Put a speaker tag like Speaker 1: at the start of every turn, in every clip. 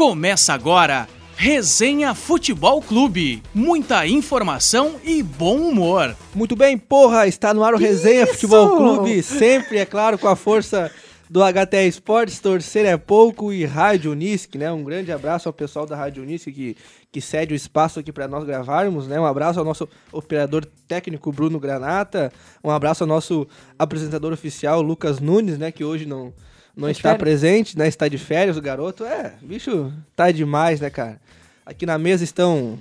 Speaker 1: Começa agora Resenha Futebol Clube. Muita informação e bom humor.
Speaker 2: Muito bem, porra, está no ar o Resenha Futebol Clube, sempre, é claro, com a força do HTE Esportes, torcer é pouco e Rádio Unisc, né? Um grande abraço ao pessoal da Rádio Unisc que, que cede o espaço aqui para nós gravarmos, né? Um abraço ao nosso operador técnico Bruno Granata, um abraço ao nosso apresentador oficial Lucas Nunes, né? Que hoje não, não
Speaker 3: de
Speaker 2: está
Speaker 3: férias.
Speaker 2: presente, né? Está de férias o garoto. É, bicho, tá demais, né, cara? Aqui na mesa estão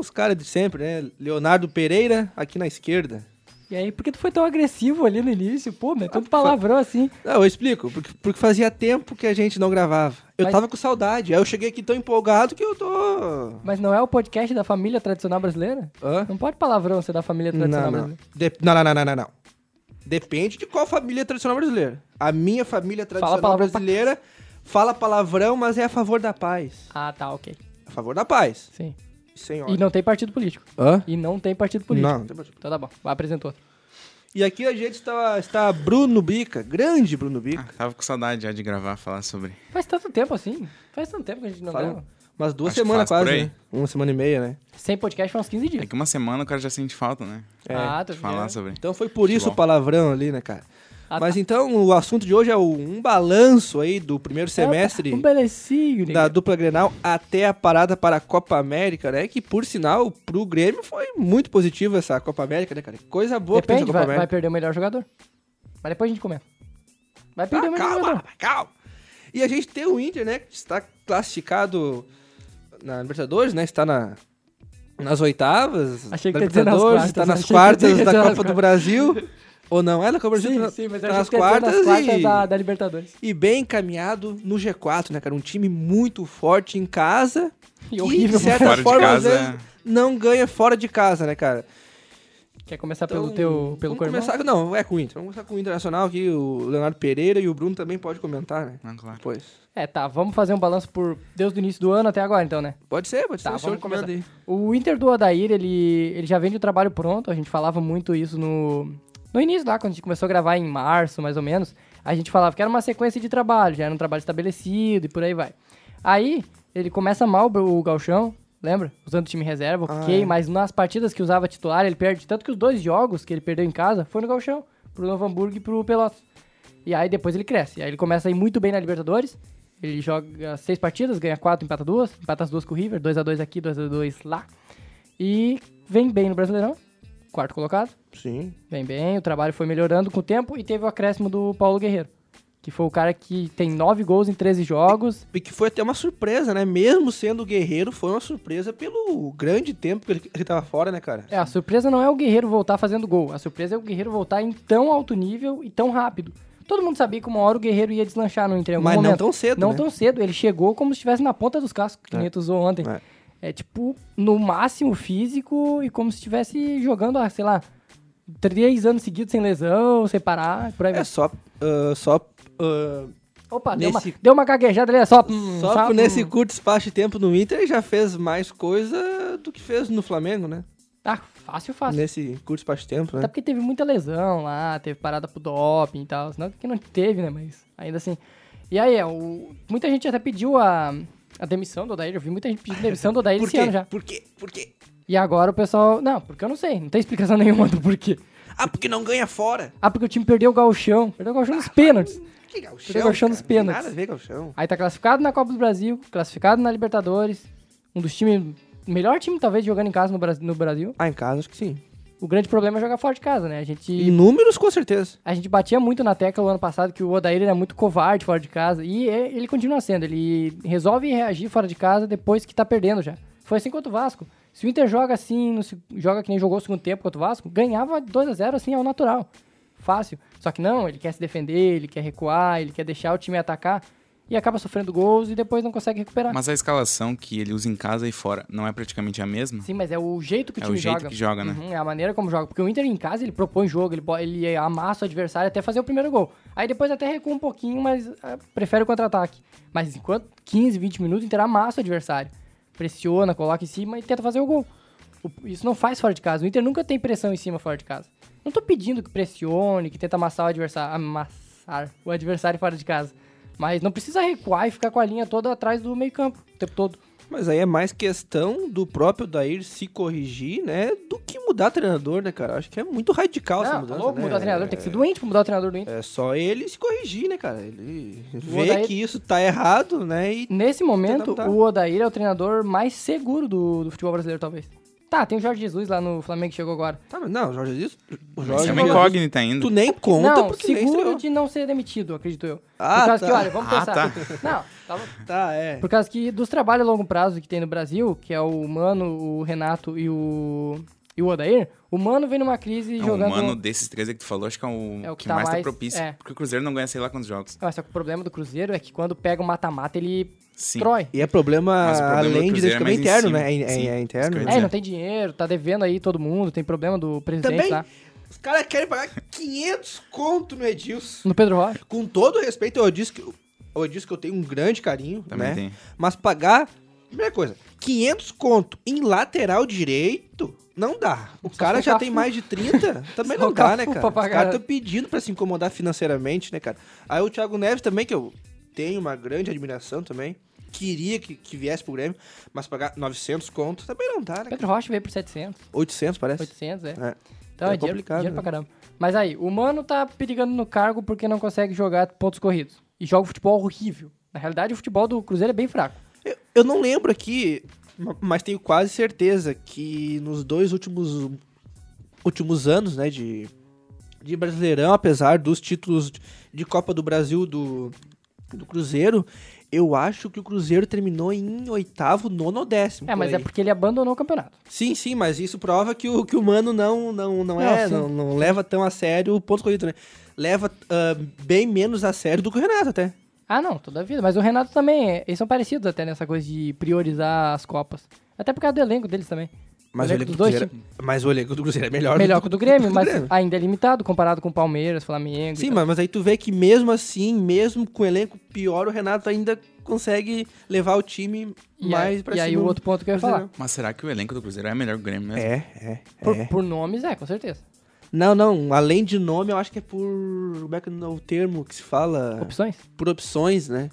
Speaker 2: os caras de sempre, né? Leonardo Pereira, aqui na esquerda.
Speaker 3: E aí, por que tu foi tão agressivo ali no início? Pô, meu, tanto palavrão assim.
Speaker 2: Não, eu explico, porque, porque fazia tempo que a gente não gravava. Eu
Speaker 3: Mas-
Speaker 2: tava com saudade, aí eu cheguei aqui tão empolgado que eu tô...
Speaker 3: Mas não é o podcast da família tradicional brasileira?
Speaker 2: Hã?
Speaker 3: Não pode palavrão ser da família
Speaker 2: Não,
Speaker 3: tradicional
Speaker 2: não.
Speaker 3: brasileira.
Speaker 2: De- não, não, não, não, não, não. Depende de qual família tradicional brasileira. A minha família tradicional
Speaker 3: palavrão pra
Speaker 2: brasileira fala palavrão, mas é a favor da paz.
Speaker 3: Ah, tá, ok.
Speaker 2: A favor da paz,
Speaker 3: Sim.
Speaker 2: senhor.
Speaker 3: E não tem partido político.
Speaker 2: Hã?
Speaker 3: E não tem partido político.
Speaker 2: Não, não tem partido
Speaker 3: Então tá bom, vai, apresenta outro.
Speaker 2: E aqui a gente está, está Bruno Bica, grande Bruno
Speaker 4: Ah,
Speaker 2: Bica.
Speaker 4: tava com saudade já de gravar, falar sobre.
Speaker 3: Faz tanto tempo assim? Faz tanto tempo que a gente não
Speaker 2: Fala
Speaker 3: grava.
Speaker 2: umas duas
Speaker 4: Acho que
Speaker 2: semanas
Speaker 4: faz por
Speaker 2: quase,
Speaker 4: aí.
Speaker 2: né? Uma semana e meia, né?
Speaker 3: Sem podcast foi uns 15 dias.
Speaker 4: É que uma semana o cara já sente falta, né?
Speaker 2: É,
Speaker 3: ah, tu
Speaker 4: De falar
Speaker 3: é.
Speaker 4: sobre.
Speaker 2: Então foi por isso o
Speaker 4: bom.
Speaker 2: palavrão ali, né, cara?
Speaker 3: Ah,
Speaker 2: Mas então o assunto de hoje é o- um balanço aí do primeiro semestre
Speaker 3: Um belecinho, né?
Speaker 2: da dupla Grenal até a parada para a Copa América, né? Que por sinal, pro Grêmio foi muito positivo essa Copa América, né, cara? Que Coisa boa que né? tem essa
Speaker 3: Depende,
Speaker 2: Copa
Speaker 3: vai, vai
Speaker 2: América.
Speaker 3: perder o melhor jogador. Mas depois a gente comenta. Vai perder
Speaker 2: Ah,
Speaker 3: o melhor
Speaker 2: calma,
Speaker 3: jogador.
Speaker 2: rapaz, calma. E a gente tem o Inter, né? Que está classificado na Libertadores, né? Está na, nas oitavas.
Speaker 3: Achei que
Speaker 2: da
Speaker 3: ia dizer nas
Speaker 2: Libertadores,
Speaker 3: quartas,
Speaker 2: Está nas
Speaker 3: achei que ia
Speaker 2: quartas
Speaker 3: dizer
Speaker 2: da
Speaker 3: nas
Speaker 2: Copa do
Speaker 3: quartas.
Speaker 2: Brasil. Ou não, é na Copa do Brasil.
Speaker 3: Sim,
Speaker 2: tá-
Speaker 3: sim, mas
Speaker 2: tá
Speaker 3: eu achei
Speaker 2: nas
Speaker 3: que tu ia dizer
Speaker 2: quartas,
Speaker 3: nas quartas
Speaker 2: e,
Speaker 3: da, da Libertadores.
Speaker 2: e bem encaminhado no G4, né, cara? Um time muito forte em casa.
Speaker 3: E
Speaker 2: que, de
Speaker 3: horrível.
Speaker 2: certa
Speaker 4: Fora de
Speaker 2: forma,
Speaker 4: casa, é.
Speaker 2: às vezes, não ganha fora de casa, né, cara?
Speaker 3: Quer começar
Speaker 2: Então,
Speaker 3: pelo teu pelo
Speaker 2: vamos
Speaker 3: cormão?
Speaker 2: começar, com- Não, é com o Inter. Vamos começar com o Internacional aqui, o Leonardo Pereira e o Bruno também pode comentar, né?
Speaker 4: Não, claro.
Speaker 2: Depois.
Speaker 3: É, tá, vamos fazer um balanço por Deus do início do ano até agora, então, né?
Speaker 2: Pode ser, pode
Speaker 3: Tá,
Speaker 2: ser. o senhor
Speaker 3: vamos começar.
Speaker 2: comanda aí.
Speaker 3: O Inter do Odair, ele, ele já vende o trabalho pronto, a gente falava muito isso no, no início lá, quando a gente começou a gravar em março, mais ou menos, a gente falava que era uma sequência de trabalho, já era um trabalho estabelecido e por aí vai. Aí, ele começa mal o galchão, lembra? Usando o time reserva,
Speaker 2: Ah, é.
Speaker 3: ok, mas nas partidas que usava titular, ele perde, tanto que os dois jogos que ele perdeu em casa, foi no galchão, pro Novo Hamburgo e pro Pelotas. E aí depois ele cresce. E aí ele começa a ir muito bem na Libertadores. Ele joga seis partidas, ganha quatro, empata duas. Empata as duas com o River, 2x2 aqui, 2x2 lá. E vem bem no Brasileirão, quarto colocado.
Speaker 2: Sim.
Speaker 3: Vem bem, o trabalho foi melhorando com o tempo e teve o acréscimo do Paulo Guerreiro. Que foi o cara que tem nove gols em 13 jogos.
Speaker 2: E que foi até uma surpresa, né? Mesmo sendo guerreiro, foi uma surpresa pelo grande tempo que ele, que ele tava fora, né, cara?
Speaker 3: É, a surpresa não é o Guerreiro voltar fazendo gol. A surpresa é o Guerreiro voltar em tão alto nível e tão rápido. Todo mundo sabia que uma hora o Guerreiro ia deslanchar no Inter em algum
Speaker 2: Mas não
Speaker 3: momento.
Speaker 2: tão cedo,
Speaker 3: Não
Speaker 2: né?
Speaker 3: tão cedo. Ele chegou como se estivesse na ponta dos cascos, que
Speaker 2: É.
Speaker 3: nem tu usou ontem.
Speaker 2: É.
Speaker 3: É. tipo, no máximo físico e como se estivesse jogando, ah, sei lá, três anos seguidos sem lesão, sem parar, por aí vai.
Speaker 2: É só. ah, só ah,
Speaker 3: Opa, deu,
Speaker 2: nesse-
Speaker 3: uma, deu uma gaguejada ali, é só... hum,
Speaker 2: só
Speaker 3: só,
Speaker 2: por
Speaker 3: hum.
Speaker 2: nesse curto espaço de tempo no Inter, ele já fez mais coisa do que fez no Flamengo, né?
Speaker 3: Ah, fácil, fácil. Tá
Speaker 2: Nesse curto espaço de tempo,
Speaker 3: Até
Speaker 2: né?
Speaker 3: porque teve muita lesão lá, teve parada pro doping e tal. Não que não teve, né? Mas ainda assim. E aí, é, o... muita gente até pediu a, a demissão do Odair. Eu vi muita gente pedindo demissão do Odair
Speaker 2: Por
Speaker 3: esse
Speaker 2: quê?
Speaker 3: ano já.
Speaker 2: Por quê? Por quê?
Speaker 3: E agora o pessoal. Não, porque eu não sei. Não tem explicação nenhuma do porquê.
Speaker 2: Ah, porque não ganha fora.
Speaker 3: Ah, porque o time perdeu o galchão. Perdeu o galchão nos pênaltis.
Speaker 2: Que galchão.
Speaker 3: Perdeu é o galchão
Speaker 2: cara.
Speaker 3: nos pênaltis.
Speaker 2: Nada a ver, galchão.
Speaker 3: Aí tá classificado na Copa do Brasil, classificado na Libertadores. Um dos times. Melhor time, talvez, jogando em casa no Brasil. No Brasil.
Speaker 2: Ah, em casa, acho que sim.
Speaker 3: O grande problema é jogar fora de casa, né? A gente.
Speaker 2: Em números, com certeza.
Speaker 3: A gente batia muito na tecla o ano passado que o Odair era muito covarde fora de casa. E é- ele continua sendo. Ele resolve reagir fora de casa depois que tá perdendo já. Foi assim contra o Vasco. Se o Inter joga assim, no se- joga que nem jogou o segundo tempo contra o Vasco, ganhava 2 a 0 assim ao natural. Fácil. Só que não, ele quer se defender, ele quer recuar, ele quer deixar o time atacar. E acaba sofrendo gols e depois não consegue recuperar.
Speaker 4: Mas a escalação que ele usa em casa e fora não é praticamente a mesma?
Speaker 3: Sim, mas é o jeito que o
Speaker 4: É o
Speaker 3: time
Speaker 4: jeito
Speaker 3: joga.
Speaker 4: que joga, né?
Speaker 3: Uhum, é a maneira como joga. Porque o Inter em casa ele propõe jogo, ele, bo- ele amassa o adversário até fazer o primeiro gol. Aí depois até recua um pouquinho, mas ah, prefere o contra-ataque. Mas enquanto 15, 20 minutos, o Inter amassa o adversário. Pressiona, coloca em cima e tenta fazer o gol. O- isso não faz fora de casa. O Inter nunca tem pressão em cima fora de casa. Não tô pedindo que pressione, que tenta amassar o adversário. Amassar o adversário fora de casa. Mas não precisa recuar e ficar com a linha toda atrás do meio campo o tempo todo.
Speaker 2: Mas aí é mais questão do próprio Dair se corrigir, né? Do que mudar treinador, né, cara? Acho que é muito radical essa
Speaker 3: não,
Speaker 2: mudança.
Speaker 3: tá louco,
Speaker 2: né?
Speaker 3: mudar o treinador, tem que ser doente pra mudar o treinador do Inter.
Speaker 2: É só ele se corrigir, né, cara? Ele vê
Speaker 3: Odair-
Speaker 2: que isso tá errado, né? E
Speaker 3: Nesse momento,
Speaker 2: adaptar.
Speaker 3: o Odair é o treinador mais seguro do, do futebol brasileiro, talvez. Tá, tem o Jorge Jesus lá no Flamengo que chegou agora.
Speaker 2: tá, mas não, o Jorge Jesus, o
Speaker 4: Isso
Speaker 2: Jorge
Speaker 4: é uma
Speaker 3: Jesus-
Speaker 4: incógnita ainda.
Speaker 2: tu nem conta
Speaker 3: não,
Speaker 2: porque nem
Speaker 3: seguro
Speaker 2: estreou.
Speaker 3: de não ser demitido, acredito eu.
Speaker 2: Ah,
Speaker 3: Por causa que,
Speaker 2: tá.
Speaker 3: olha, vamos
Speaker 4: Ah,
Speaker 3: pensar.
Speaker 4: tá.
Speaker 3: Não, tá louco.
Speaker 2: Tá, é.
Speaker 3: Por causa que dos trabalhos a longo prazo que tem no Brasil, que é o Mano, o Renato e o, e o Odair, o Mano vem numa crise
Speaker 4: É, o
Speaker 3: jogando...
Speaker 4: humano desses três aí que tu falou, acho que é o,
Speaker 3: É o
Speaker 4: que,
Speaker 3: que tá
Speaker 4: mais tá
Speaker 3: mais-
Speaker 4: propício.
Speaker 3: é.
Speaker 4: Porque o Cruzeiro não ganha sei lá quantos jogos.
Speaker 3: Ah, só que o problema do Cruzeiro é que quando pega o mata-mata, ele
Speaker 4: Sim.
Speaker 3: destrói.
Speaker 2: E é problema,
Speaker 4: Mas o problema do
Speaker 2: além de
Speaker 4: Cruzeiro é
Speaker 2: desse também
Speaker 4: mais em
Speaker 2: interno,
Speaker 4: cima.
Speaker 2: né? É, é-
Speaker 4: Sim,
Speaker 2: é
Speaker 4: isso que
Speaker 2: interno,
Speaker 4: eu ia
Speaker 2: né?
Speaker 3: É,
Speaker 4: dizer.
Speaker 3: não tem dinheiro, tá devendo aí todo mundo, É, tem problema do presidente
Speaker 2: Também,
Speaker 3: lá.
Speaker 2: os caras querem pagar 500 conto no Edilson.
Speaker 3: No Pedro Rocha.
Speaker 2: Com todo respeito, eu disse que eu, eu disse que eu tenho um grande carinho,
Speaker 4: Também
Speaker 2: né?
Speaker 4: tem.
Speaker 2: Mas pagar, primeira coisa, 500 conto em lateral direito não dá. O
Speaker 3: Só
Speaker 2: cara
Speaker 3: o
Speaker 2: já
Speaker 3: Cafu.
Speaker 2: tem mais de 30, também
Speaker 3: Só
Speaker 2: não
Speaker 3: o
Speaker 2: dá, né,
Speaker 3: Cafu
Speaker 2: cara?
Speaker 3: pra
Speaker 2: Os
Speaker 3: pagar.
Speaker 2: caras estão pedindo pra se incomodar financeiramente, né, cara? Aí o Thiago Neves também, que eu tenho uma grande admiração também, queria que, que viesse pro Grêmio, mas pagar 900 conto também não dá, né? cara?
Speaker 3: Pedro Rocha veio por 700,
Speaker 2: 800, parece.
Speaker 3: 800, é.
Speaker 2: É.
Speaker 3: Então
Speaker 2: É
Speaker 3: é, dinheiro,
Speaker 2: complicado,
Speaker 3: dinheiro
Speaker 2: né?
Speaker 3: pra caramba. Mas aí, o Mano tá perigando no cargo porque não consegue jogar pontos corridos. E joga futebol horrível. Na realidade, o futebol do Cruzeiro é bem fraco.
Speaker 2: Eu, eu não lembro aqui, ma- mas tenho quase certeza que nos dois últimos, últimos anos, né, de, de Brasileirão, apesar dos títulos de- de Copa do Brasil do, do Cruzeiro, eu acho que o Cruzeiro terminou em oitavo, nono ou décimo.
Speaker 3: É,
Speaker 2: por
Speaker 3: mas
Speaker 2: aí.
Speaker 3: é porque ele abandonou o campeonato.
Speaker 2: Sim, sim, mas isso prova que o, que o Mano não, não, não é,
Speaker 3: Não, sim.
Speaker 2: não, não leva tão a sério o ponto corrido, né? Leva ah, bem menos a sério do que o Renato até.
Speaker 3: Ah, não, toda a vida. Mas o Renato também, é- eles são parecidos até nessa coisa de priorizar as Copas. Até por causa do elenco deles também.
Speaker 2: Mas o
Speaker 3: elenco
Speaker 2: elenco do
Speaker 3: dos dois
Speaker 2: Cruzeiro, mas o elenco do Cruzeiro é melhor,
Speaker 3: Melhor que o do Grêmio, mas
Speaker 2: Grêmio.
Speaker 3: ainda é limitado comparado com o Palmeiras, Flamengo. e
Speaker 2: Sim,
Speaker 3: tal.
Speaker 2: mas, mas aí tu vê que mesmo assim, mesmo com o elenco pior, o Renato ainda consegue levar o time
Speaker 3: E
Speaker 2: mais
Speaker 3: aí,
Speaker 2: pra
Speaker 3: e aí
Speaker 2: cima.
Speaker 3: o outro ponto que eu ia falar.
Speaker 4: Mas será que o elenco do Cruzeiro é melhor que o Grêmio mesmo?
Speaker 2: É, é,
Speaker 3: Por,
Speaker 2: é.
Speaker 3: por nomes, é, com certeza.
Speaker 2: Não, não, além de nome, eu acho que é por... Como é que é o termo que se fala?
Speaker 3: Opções.
Speaker 2: Por opções, né?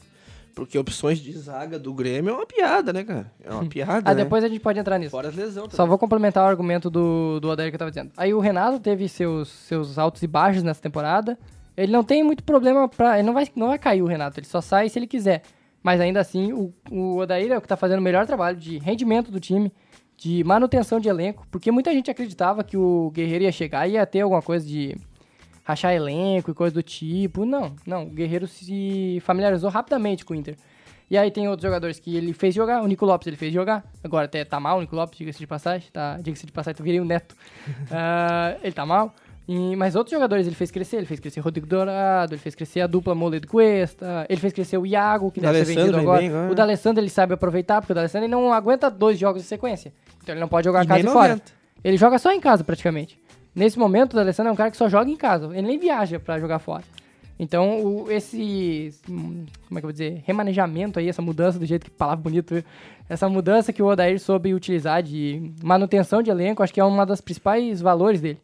Speaker 2: Porque opções de zaga do Grêmio é uma piada, né, cara? É uma piada,
Speaker 3: Ah,
Speaker 2: né?
Speaker 3: depois a gente pode entrar nisso.
Speaker 2: Fora as lesão
Speaker 3: Só
Speaker 2: também.
Speaker 3: vou complementar o argumento do, do Adair que eu tava dizendo. Aí o Renato teve seus, seus altos e baixos nessa temporada. Ele não tem muito problema pra. Ele não vai, não vai cair o Renato, ele só sai se ele quiser. Mas ainda assim, o, o Odair é o que tá fazendo o melhor trabalho de rendimento do time, de manutenção de elenco, porque muita gente acreditava que o Guerreiro ia chegar e ia ter alguma coisa de rachar elenco e coisa do tipo. Não, não. O Guerreiro se familiarizou rapidamente com o Inter. E aí tem outros jogadores que ele fez jogar. O Nico Lopes ele fez jogar. Agora até tá mal o Nico Lopes, diga-se de passagem. Tá, diga-se de passagem, tu virei o Neto. Ah, ele tá mal. E- mas outros jogadores ele fez crescer. Ele fez crescer o Rodrigo Dourado, ele fez crescer a dupla Moledo Cuesta, ele fez crescer o Iago, que deve ser
Speaker 2: D'Alessandro
Speaker 3: vendido
Speaker 2: vem
Speaker 3: agora.
Speaker 2: bem agora.
Speaker 3: O D'Alessandro ele sabe aproveitar, porque o D'Alessandro ele não aguenta dois jogos de sequência. Então ele não pode jogar
Speaker 2: E
Speaker 3: a casa
Speaker 2: nem
Speaker 3: e fora.
Speaker 2: 90.
Speaker 3: Ele joga só em casa, praticamente. Nesse momento, o D'Alessandro é um cara que só joga em casa. Ele nem viaja pra jogar fora. Então, o- esse... hum, Como é que eu vou dizer? Remanejamento aí, essa mudança, do jeito que palavra bonita. viu? Essa mudança que o Odair soube utilizar de manutenção de elenco, acho que é uma das principais valores dele.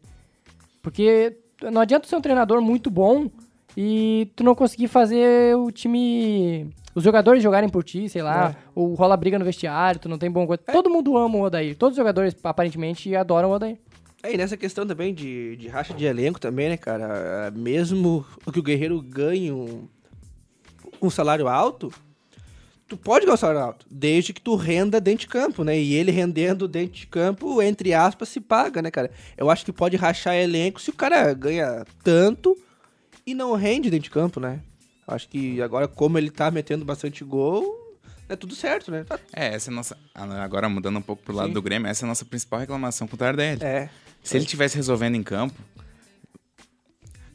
Speaker 3: Porque não adianta tu ser um treinador muito bom e tu não conseguir fazer o time... Os jogadores jogarem por ti, sei lá, ou rola briga no vestiário, tu não tem bom... go- Todo mundo ama o Odair. Todos os jogadores, aparentemente, adoram o Odair.
Speaker 2: É, e nessa questão também de, de racha de elenco também, né, cara? Ah, Mesmo que o Guerreiro ganhe um, um salário alto, tu pode ganhar um salário alto, desde que tu renda dentro de campo, né? E ele rendendo dentro de campo, entre aspas, se paga, né, cara? Eu acho que pode rachar elenco se o cara ganha tanto e não rende dentro de campo, né? Acho que agora, como ele tá metendo bastante gol, é tudo certo, né? Tá-
Speaker 4: É, essa é a nossa. Ah, Agora mudando um pouco pro lado
Speaker 2: Sim.
Speaker 4: do Grêmio, essa é a nossa principal reclamação com o Tardelli.
Speaker 2: É.
Speaker 4: Se ele tivesse resolvendo em campo.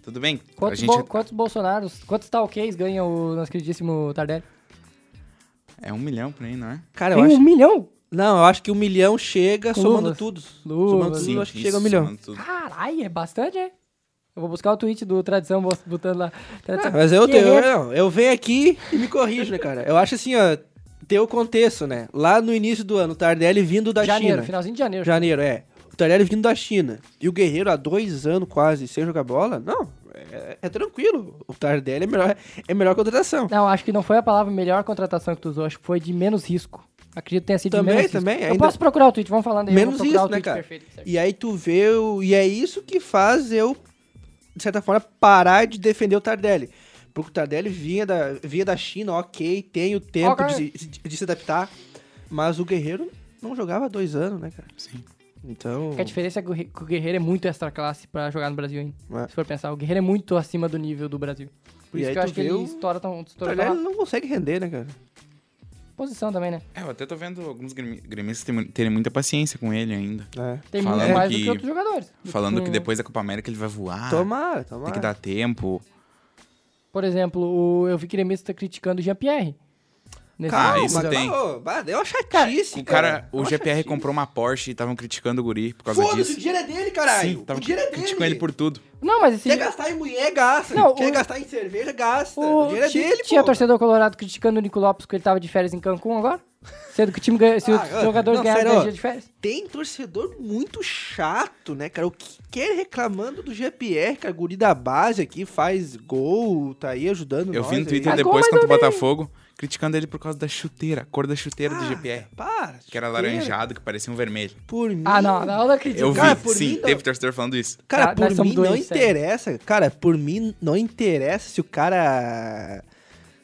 Speaker 4: Tudo bem. a
Speaker 3: Quantos,
Speaker 4: gente
Speaker 2: é-
Speaker 3: bol- quantos Bolsonaros, quantos talquês ganha o nosso queridíssimo Tardelli?
Speaker 4: É um milhão por aí, não é?
Speaker 2: Cara, eu
Speaker 3: Tem
Speaker 2: acho.
Speaker 3: um milhão?
Speaker 2: Não, eu acho que um milhão chega
Speaker 3: Com
Speaker 2: somando
Speaker 3: luvas.
Speaker 2: tudo.
Speaker 3: Luvas.
Speaker 2: Somando tudo,
Speaker 3: Sim,
Speaker 2: acho que
Speaker 4: isso,
Speaker 2: chega um milhão.
Speaker 4: somando tudo.
Speaker 3: Caralho, é bastante, é? Eu vou buscar o tweet do Tradição bos- botando lá.
Speaker 2: Ah,
Speaker 3: Tradição.
Speaker 2: mas eu, tenho,
Speaker 3: Guerreiro.
Speaker 2: eu, não, eu venho aqui e me corrijo, né, cara? Eu acho assim, ó, ter o contexto, né? Lá no início do ano, o Tardelli vindo da
Speaker 3: janeiro,
Speaker 2: China.
Speaker 3: finalzinho de janeiro.
Speaker 2: Janeiro, é. O Tardelli vindo da China. E o Guerreiro há dois anos quase sem jogar bola. Não, é É, é tranquilo. O Tardelli é melhor, é melhor contratação.
Speaker 3: Não, acho que não foi a palavra melhor contratação que tu usou, acho que foi de menos risco. Acredito que tenha sido
Speaker 2: Também,
Speaker 3: de menos
Speaker 2: também,
Speaker 3: risco. Eu
Speaker 2: ainda-
Speaker 3: posso procurar o tweet, vamos falando aí. eu
Speaker 2: Menos
Speaker 3: vou procurar
Speaker 2: isso,
Speaker 3: o
Speaker 2: né,
Speaker 3: tweet
Speaker 2: cara?
Speaker 3: perfeito, certo.
Speaker 2: E aí tu vê, o- e é isso que faz eu, de certa forma, parar de defender o Tardelli. Porque o Tardelli vinha da, vinha da China, ok, tem o tempo
Speaker 3: Ok.
Speaker 2: de, se- de se adaptar, mas o Guerreiro não jogava há dois anos, né, cara?
Speaker 4: Sim.
Speaker 2: Então...
Speaker 3: Porque a diferença é que o Guerre- que o Guerreiro é muito extra classe pra jogar no Brasil, hein?
Speaker 2: É.
Speaker 3: Se for pensar, o Guerreiro é muito acima do nível do Brasil. Por
Speaker 2: E
Speaker 3: isso
Speaker 2: aí
Speaker 3: que eu
Speaker 2: tu
Speaker 3: acho que
Speaker 2: vê
Speaker 3: ele
Speaker 2: o-
Speaker 3: estoura tão,
Speaker 2: O
Speaker 3: estoura tão
Speaker 2: Tardelli não consegue render, né, cara?
Speaker 3: rápido. posição também, né?
Speaker 4: É, eu até tô vendo alguns gremi- gremistas terem- terem muita paciência com ele ainda.
Speaker 2: É.
Speaker 3: Tem
Speaker 4: Falando
Speaker 3: muito mais do
Speaker 4: que-
Speaker 3: que outros jogadores.
Speaker 4: Falando que
Speaker 3: Hum.
Speaker 4: depois da Copa América ele vai voar.
Speaker 2: Tomara,
Speaker 4: Ah, Tem
Speaker 2: tomara.
Speaker 4: que dar tempo.
Speaker 3: Por exemplo, o... eu vi que o gremista criticando o Jean-Pierre. Nesse
Speaker 4: Cara,
Speaker 3: jogo.
Speaker 4: Ah, isso
Speaker 2: mas-
Speaker 4: tem.
Speaker 2: Ô, bah, deu uma chatice,
Speaker 4: O cara, o GPR comprou uma Porsche e estavam criticando o guri por causa
Speaker 2: Foda-se, o
Speaker 4: disso.
Speaker 2: dinheiro é dele, caralho.
Speaker 4: Sim, tava
Speaker 2: o dinheiro é dele.
Speaker 4: criticando ele por tudo.
Speaker 3: Não, mas esse...
Speaker 2: Quer gastar em mulher, gasta.
Speaker 3: Não,
Speaker 2: Quer
Speaker 3: o-
Speaker 2: gastar em cerveja, gasta. O,
Speaker 3: O
Speaker 2: dinheiro é
Speaker 3: ti-
Speaker 2: dele,
Speaker 3: tinha
Speaker 2: pô.
Speaker 3: torcedor colorado criticando o Nico Lopes que ele tava de férias em Cancún agora? Sendo que o time ganha, se os
Speaker 2: Ah, ah,
Speaker 3: jogadores
Speaker 2: não,
Speaker 3: ganharam
Speaker 2: sério,
Speaker 3: 10
Speaker 2: ó.
Speaker 3: dias de férias.
Speaker 2: Tem torcedor muito chato, né, cara? O que quer reclamando do GPR, cara? Guri da base aqui, faz gol, tá aí ajudando
Speaker 4: Eu
Speaker 2: nós
Speaker 4: vi no
Speaker 2: aí.
Speaker 4: Twitter
Speaker 3: Ah, como
Speaker 4: depois
Speaker 3: mais
Speaker 4: contra o
Speaker 3: ou menos?
Speaker 4: Botafogo, criticando ele por causa da chuteira, a cor da chuteira do
Speaker 2: Ah,
Speaker 4: GPR.
Speaker 2: Para.
Speaker 4: Que era
Speaker 2: chuteira.
Speaker 4: laranjado, que parecia um vermelho.
Speaker 2: Por mim.
Speaker 3: Ah, não, não, eu não acredito.
Speaker 4: Eu vi,
Speaker 2: Cara, por
Speaker 4: sim,
Speaker 2: mim, não.
Speaker 4: teve torcedor falando isso.
Speaker 2: Cara,
Speaker 3: Tá, nós
Speaker 2: por
Speaker 3: somos
Speaker 2: mim não
Speaker 3: doentes, sério.
Speaker 2: interessa. Cara, por mim não interessa se o cara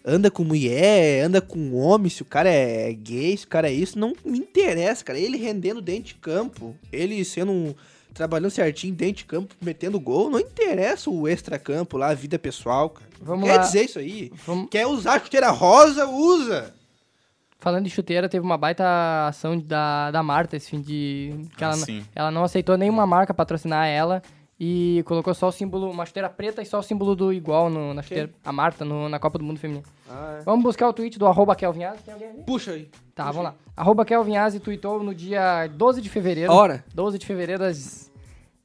Speaker 2: anda com mulher, anda com homem, se o cara é gay, se o cara é isso, não me interessa, cara. Ele rendendo dentro de campo, ele sendo um trabalhando certinho dentro de campo, metendo gol, não interessa o extracampo lá, a vida pessoal, cara.
Speaker 3: Vamos
Speaker 2: Quer
Speaker 3: lá.
Speaker 2: dizer isso aí?
Speaker 3: Vamos-
Speaker 2: Quer usar a chuteira rosa, usa.
Speaker 3: Falando de chuteira, teve uma baita ação da, da Marta esse fim de. Que
Speaker 4: Ah,
Speaker 3: ela,
Speaker 4: sim.
Speaker 3: ela não aceitou nenhuma marca patrocinar ela e colocou só o símbolo, uma chuteira preta e só o símbolo do igual no, na chuteira. A Marta no- na Copa do Mundo Feminino. Vamos buscar o tweet do arroba Kelvin Aze. Tem alguém ali?
Speaker 2: Puxa aí.
Speaker 3: Tá, vamos lá. Arroba Kelvin Aze tweetou no dia 12 de fevereiro.
Speaker 2: Hora.
Speaker 3: 12 de fevereiro às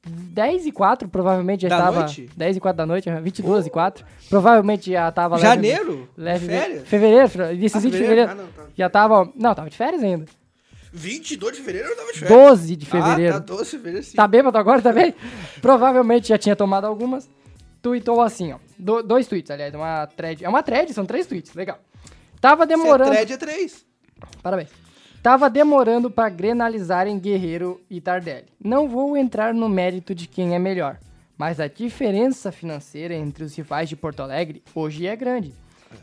Speaker 3: 10 e 04 provavelmente já
Speaker 2: Da
Speaker 3: estava.
Speaker 2: noite?
Speaker 3: 10 e 4 da noite, 22 e 4. Provavelmente já tava
Speaker 2: Janeiro?
Speaker 3: Leve,
Speaker 2: Férias?
Speaker 3: Fevereiro, fra- iníciozinho de
Speaker 2: fevereiro?
Speaker 3: fevereiro.
Speaker 2: Ah, não, tá.
Speaker 3: Já tava. Não, tava de férias ainda.
Speaker 2: 22 de fevereiro eu tava de férias.
Speaker 3: 12 de fevereiro.
Speaker 2: Ah, tá, 12 de fevereiro sim.
Speaker 3: Tá bêbado agora também? Provavelmente já tinha tomado algumas. Tweetou assim, ó. Do- dois tweets, aliás, uma thread. É uma thread, são três tweets, legal. Tava
Speaker 2: Se é
Speaker 3: demorando.
Speaker 2: thread, é 3.
Speaker 3: Parabéns. Tava demorando pra grenalizarem Guerreiro e Tardelli. Não vou entrar no mérito de quem é melhor, mas a diferença financeira entre os rivais de Porto Alegre hoje é grande.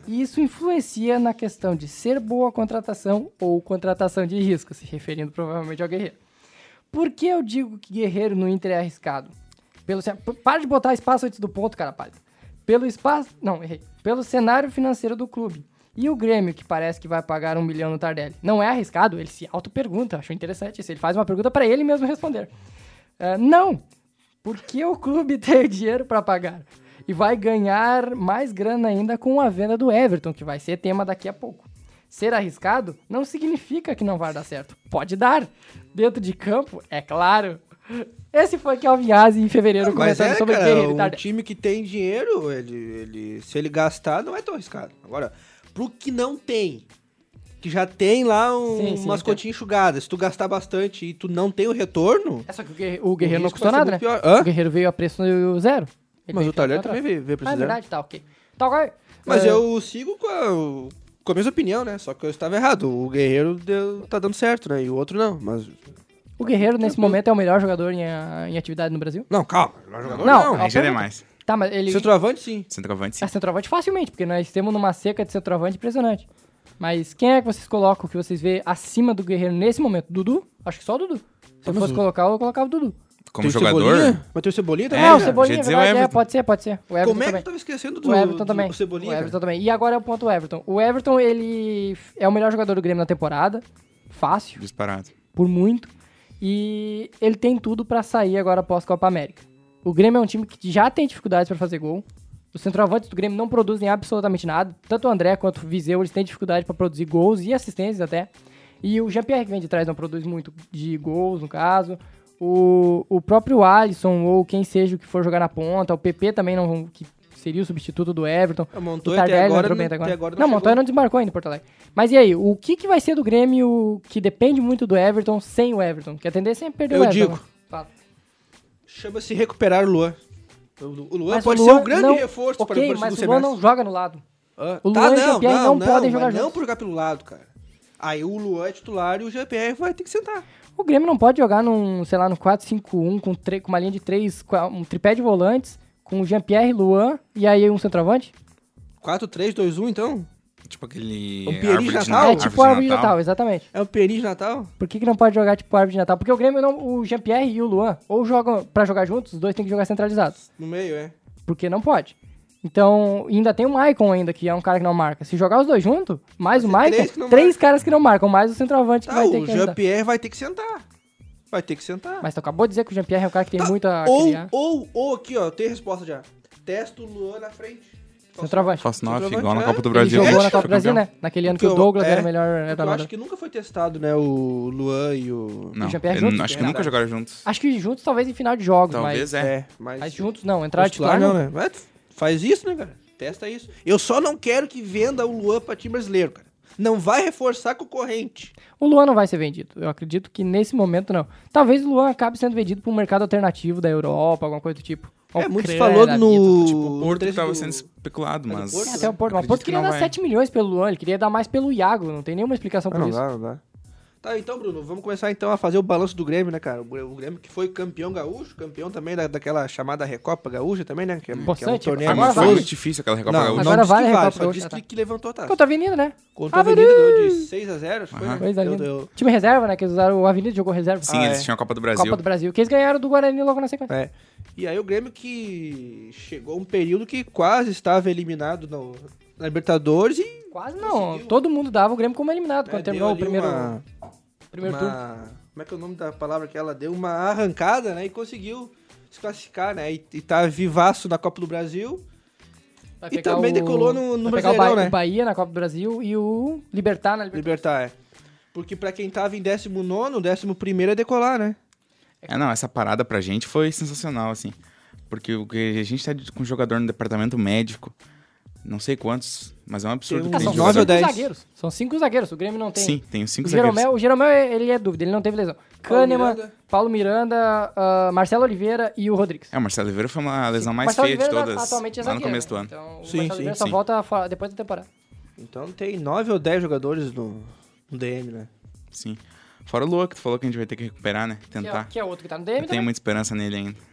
Speaker 3: E isso influencia na questão de ser boa contratação ou contratação de risco, se referindo provavelmente ao Guerreiro. Por que eu digo que Guerreiro no Inter é arriscado? Pelo, ce- p- para de botar espaço antes do ponto, cara, palha. Pelo espaço. Não, errei. Pelo cenário financeiro do clube. E o Grêmio, que parece que vai pagar um milhão no Tardelli? Não é arriscado? Ele se auto-pergunta. Achou interessante isso. Ele faz uma pergunta pra ele mesmo responder. Ah, não! Porque o clube tem o dinheiro pra pagar. E vai ganhar mais grana ainda com a venda do Everton, que vai ser tema daqui a pouco. Ser arriscado não significa que não vai dar certo. Pode dar. Dentro de campo, é claro. Esse foi Kelvin Aze em fevereiro
Speaker 2: Mas
Speaker 3: comentando
Speaker 2: é,
Speaker 3: sobre
Speaker 2: cara,
Speaker 3: Guerreiro tá? e
Speaker 2: um
Speaker 3: Tardelli.
Speaker 2: time que tem dinheiro, ele, ele, se ele gastar, não é tão arriscado. Agora, pro que não tem, que já tem lá um,
Speaker 3: Sim, sim,
Speaker 2: umas
Speaker 3: entendo.
Speaker 2: continhas enxugadas, se tu gastar bastante e tu não tem o retorno...
Speaker 3: É só que o Guerreiro, o Guerreiro
Speaker 2: o
Speaker 3: não
Speaker 2: risco vai
Speaker 3: custou
Speaker 2: ser
Speaker 3: nada, né?
Speaker 2: muito pior. Hã?
Speaker 3: O Guerreiro veio a preço zero. Ele
Speaker 2: Mas
Speaker 3: veio
Speaker 2: o Talher
Speaker 3: contrato.
Speaker 2: também veio, veio
Speaker 3: Ah, é
Speaker 2: precisando.
Speaker 3: verdade, tá, ok. Tá, agora...
Speaker 2: Mas
Speaker 3: eh,
Speaker 2: eu sigo com a, com a mesma opinião, né? Só que eu estava errado. O Guerreiro deu- tá dando certo, né? E o outro não. Mas.
Speaker 3: O Guerreiro, nesse momento, é o melhor jogador em, ah, em atividade no Brasil?
Speaker 2: Não, calma. Melhor jogador
Speaker 3: Não,
Speaker 2: não.
Speaker 3: é-
Speaker 4: Aí já é
Speaker 3: pergunta.
Speaker 4: demais.
Speaker 3: Tá, mas ele...
Speaker 2: Centroavante, sim.
Speaker 4: Centroavante,
Speaker 2: Ah,
Speaker 4: sim.
Speaker 3: É centroavante facilmente, porque nós temos numa seca de centroavante impressionante. Mas quem é que vocês colocam, que vocês vê acima do Guerreiro nesse momento? Dudu? Acho que só o Dudu. Se eu
Speaker 2: Mas
Speaker 3: fosse
Speaker 2: o-
Speaker 3: colocar, eu colocava o Dudu.
Speaker 4: Como
Speaker 2: Tem o
Speaker 4: jogador,
Speaker 2: Cebolinha? Mas tem o Cebolinha
Speaker 4: É,
Speaker 2: também.
Speaker 3: ah, o
Speaker 2: né?
Speaker 3: Cebolinha, é
Speaker 4: dizer o
Speaker 3: verdade, é,
Speaker 4: Everton.
Speaker 3: pode ser, pode ser. O Everton
Speaker 2: Como é que
Speaker 3: também.
Speaker 2: eu tava esquecendo do,
Speaker 3: O Everton
Speaker 2: do-
Speaker 3: também.
Speaker 2: do Cebolinha?
Speaker 3: o
Speaker 2: cara?
Speaker 3: Everton também. E agora é o ponto do Everton. O Everton, ele f- é o melhor jogador do Grêmio na temporada. Fácil,
Speaker 4: disparado.
Speaker 3: por muito. E ele tem tudo pra sair agora após Copa América. O Grêmio é um time que já tem dificuldades pra fazer gol. Os centroavantes do Grêmio não produzem absolutamente nada. Tanto o André quanto o Viseu, eles têm dificuldade pra produzir gols e assistências até. E o Jean-Pierre que vem de trás não produz muito de gols, no caso. O, o próprio Alisson, ou quem seja o que for jogar na ponta, o PP também não. que seria o substituto do Everton.
Speaker 2: Ah, Montoya
Speaker 3: o
Speaker 2: até
Speaker 3: Tardelli não
Speaker 2: agora não-
Speaker 3: entrou bem até agora.
Speaker 2: até agora não
Speaker 3: não,
Speaker 2: chegou.
Speaker 3: Montoya não desmarcou ainda em Porto Alegre. Mas e aí, o que, que vai ser do Grêmio que depende muito do Everton sem o Everton? Que a tendência é perder
Speaker 2: Eu
Speaker 3: o Everton.
Speaker 2: digo.
Speaker 3: né? Fala.
Speaker 2: Chama-se Recuperar o Luan. O Lu- o Luan
Speaker 3: Mas
Speaker 2: pode
Speaker 3: Luan
Speaker 2: ser o grande
Speaker 3: não-
Speaker 2: reforço para o
Speaker 3: Ok,
Speaker 2: Corinthians
Speaker 3: mas
Speaker 2: do
Speaker 3: o Luan
Speaker 2: semestre.
Speaker 3: não joga no lado.
Speaker 2: Ah,
Speaker 3: O
Speaker 2: tá,
Speaker 3: Luan e o
Speaker 2: não,
Speaker 3: GPR não podem jogar
Speaker 2: mas Não
Speaker 3: juntos.
Speaker 2: por jogar pelo lado, cara. Aí o Luan é titular e o GPR vai ter que sentar.
Speaker 3: O Grêmio não pode jogar num, sei lá, no 4-5-1 com, tre- com uma linha de três, com a- um tripé de volantes, com o Jean-Pierre, Luan e aí um centroavante?
Speaker 2: 4-3-2-1, então?
Speaker 4: Tipo aquele.
Speaker 2: O Pieri
Speaker 4: árvore de
Speaker 2: já tá?
Speaker 4: Natal,
Speaker 3: é tipo a árvore de Natal, exatamente.
Speaker 2: É o Peri de Natal?
Speaker 3: Por que, que não pode jogar tipo a árvore de Natal? Porque o Grêmio não, o Jean-Pierre e o Luan, ou jogam pra jogar juntos, os dois têm que jogar centralizados.
Speaker 2: No meio, é.
Speaker 3: Porque não pode. Então, e ainda tem o Maicon ainda, que é um cara que não marca. Se jogar os dois juntos, mais o
Speaker 2: Vai ser
Speaker 3: Maicon,
Speaker 2: três que
Speaker 3: três,
Speaker 2: não
Speaker 3: caras que não marcam, mais o centroavante que
Speaker 2: Tá,
Speaker 3: vai ter
Speaker 2: o
Speaker 3: que ajudar.
Speaker 2: Jean-Pierre vai ter que sentar. Vai ter que sentar.
Speaker 3: Mas tu acabou de dizer que o Jean-Pierre é um cara que tem
Speaker 2: Tá,
Speaker 3: muito a
Speaker 2: ou,
Speaker 3: criar.
Speaker 2: ou, ou aqui, ó, tem resposta já. Testa o Luan na frente.
Speaker 3: Centroavante.
Speaker 4: Faço
Speaker 2: Centroavante,
Speaker 4: igual na
Speaker 2: é.
Speaker 4: Copa do
Speaker 2: Ele
Speaker 3: Ele
Speaker 4: Brasil.
Speaker 3: jogou
Speaker 4: né?
Speaker 3: na Copa do
Speaker 4: Foi
Speaker 3: Brasil,
Speaker 4: campeão.
Speaker 3: né? Naquele ano
Speaker 2: Porque
Speaker 3: que o
Speaker 2: eu-
Speaker 3: Douglas
Speaker 2: é,
Speaker 3: era o melhor
Speaker 2: Eu
Speaker 3: armador.
Speaker 2: acho que nunca foi testado, né, o Luan e o...
Speaker 4: Não,
Speaker 3: Jean-Pierre
Speaker 4: eu
Speaker 3: juntos,
Speaker 4: acho que
Speaker 2: né?
Speaker 4: nunca jogaram juntos.
Speaker 3: Acho que juntos talvez em final de jogos,
Speaker 4: Talvez
Speaker 3: Ah, mas...
Speaker 4: é.
Speaker 2: mas...
Speaker 3: Mas juntos não, entrar de
Speaker 2: titular
Speaker 3: titular
Speaker 2: não, né?
Speaker 3: não.
Speaker 2: Mas faz isso, né, cara? Testa isso. Eu só não quero que venda o Luan pra time brasileiro, cara. Não vai reforçar a concorrente.
Speaker 3: O Luan não vai ser vendido. Eu acredito que nesse momento não. Talvez o Luan acabe sendo vendido para um mercado alternativo da Europa, alguma coisa do tipo.
Speaker 2: é,
Speaker 3: Ucrânia,
Speaker 2: muito se falou
Speaker 3: da vida.
Speaker 2: no...
Speaker 4: Tipo,
Speaker 2: no
Speaker 4: o Porto que
Speaker 2: 13
Speaker 4: tava
Speaker 2: do-
Speaker 4: sendo especulado,
Speaker 2: Mas o
Speaker 4: mas.
Speaker 2: Porto,
Speaker 3: É, até o Porto. Mas o Porto queria dar 7 milhões pelo Luan, ele queria dar mais pelo Iago. Não tem nenhuma explicação
Speaker 2: Ah,
Speaker 3: por
Speaker 2: não
Speaker 3: isso.
Speaker 2: dá, não dá. Tá, então, Bruno, vamos começar então a fazer o balanço do Grêmio, né, cara? O Grê- o Grêmio que foi campeão gaúcho, campeão também da, daquela chamada Recopa Gaúcha também, né? Que é, que é um
Speaker 3: Importante,
Speaker 2: torneio
Speaker 3: agora
Speaker 4: Foi, muito,
Speaker 3: vai.
Speaker 4: foi muito
Speaker 2: amistoso.
Speaker 4: difícil aquela Recopa
Speaker 2: Não,
Speaker 4: Gaúcha.
Speaker 2: não
Speaker 3: Agora
Speaker 2: disse
Speaker 3: vai a
Speaker 2: que
Speaker 3: Recopa
Speaker 2: vale, só
Speaker 3: Gaúcha,
Speaker 2: disse que,
Speaker 3: tá.
Speaker 2: que levantou a taça.
Speaker 3: Contra a Avenida, né?
Speaker 2: Contra o
Speaker 3: Ah,
Speaker 2: Avenida ganhou de 6 a 0 acho que
Speaker 4: Aham.
Speaker 2: foi, né?
Speaker 3: Coisa
Speaker 2: Eu-
Speaker 3: linda.
Speaker 2: eu-
Speaker 3: Time reserva, né? Que eles usaram, o Avenida jogou reserva.
Speaker 4: Sim,
Speaker 2: Ah,
Speaker 4: eles
Speaker 2: é.
Speaker 4: tinham a Copa do Brasil.
Speaker 3: Copa do Brasil. Que eles ganharam do Guarani logo na sequência.
Speaker 2: É. E aí o Grêmio que chegou um período que quase estava eliminado no- na Libertadores e
Speaker 4: É.
Speaker 3: Quase não.
Speaker 2: Conseguiu.
Speaker 3: Todo mundo dava o Grêmio como eliminado
Speaker 2: né,
Speaker 3: quando
Speaker 2: deu
Speaker 3: terminou o
Speaker 2: ali
Speaker 3: primeiro,
Speaker 2: uma-
Speaker 3: primeiro
Speaker 2: uma-
Speaker 3: turno.
Speaker 2: Como é que é o nome da palavra que ela deu? Uma arrancada, né? E conseguiu se classificar, né? E, e tá vivaço na Copa do Brasil.
Speaker 3: Vai
Speaker 2: E
Speaker 3: pegar
Speaker 2: também decolou no- no
Speaker 3: vai pegar o
Speaker 2: Brasileirão,
Speaker 3: Ba-
Speaker 2: né?
Speaker 3: o Bahia na Copa do Brasil e o Libertar na Libertar.
Speaker 2: Libertar, é. Porque pra quem tava em 19, 11 é decolar, né?
Speaker 4: É, não, essa parada pra gente foi sensacional, assim. Porque o que a gente tá de- com jogador no departamento médico, não sei quantos, mas é um absurdo.
Speaker 2: Tem
Speaker 4: que
Speaker 2: uns
Speaker 4: tem
Speaker 3: Ah, são
Speaker 2: nove ou
Speaker 4: jogador-
Speaker 2: dez.
Speaker 3: zagueiros. São cinco zagueiros. O Grêmio não tem.
Speaker 4: Sim, tem os cinco
Speaker 3: O
Speaker 4: zagueiros.
Speaker 3: Jeromel, o Jeromel, ele é dúvida, ele não teve lesão. Kahneman,
Speaker 2: Miranda.
Speaker 3: Paulo Miranda, ah, Marcelo Oliveira e o Rodrigues.
Speaker 4: É, o Marcelo Oliveira foi uma lesão
Speaker 3: Sim.
Speaker 4: mais
Speaker 3: Marcelo
Speaker 4: feia de
Speaker 3: Oliveira
Speaker 4: todas.
Speaker 3: Atualmente é
Speaker 4: lá no
Speaker 3: zagueiro,
Speaker 4: começo do
Speaker 3: né?
Speaker 4: ano.
Speaker 3: Então, o
Speaker 2: Sim,
Speaker 3: Marcelo
Speaker 2: sim,
Speaker 3: Oliveira só
Speaker 4: sim.
Speaker 3: volta fora- depois da temporada.
Speaker 2: Então tem 9 ou 10 jogadores no, no DM, né?
Speaker 4: Sim. Fora o Lua, que tu falou que a gente vai ter que recuperar, né?
Speaker 3: Que é,
Speaker 4: Tentar.
Speaker 3: que é outro que tá no
Speaker 4: Eu
Speaker 3: DM
Speaker 4: tenho
Speaker 3: também.
Speaker 4: muita esperança nele ainda.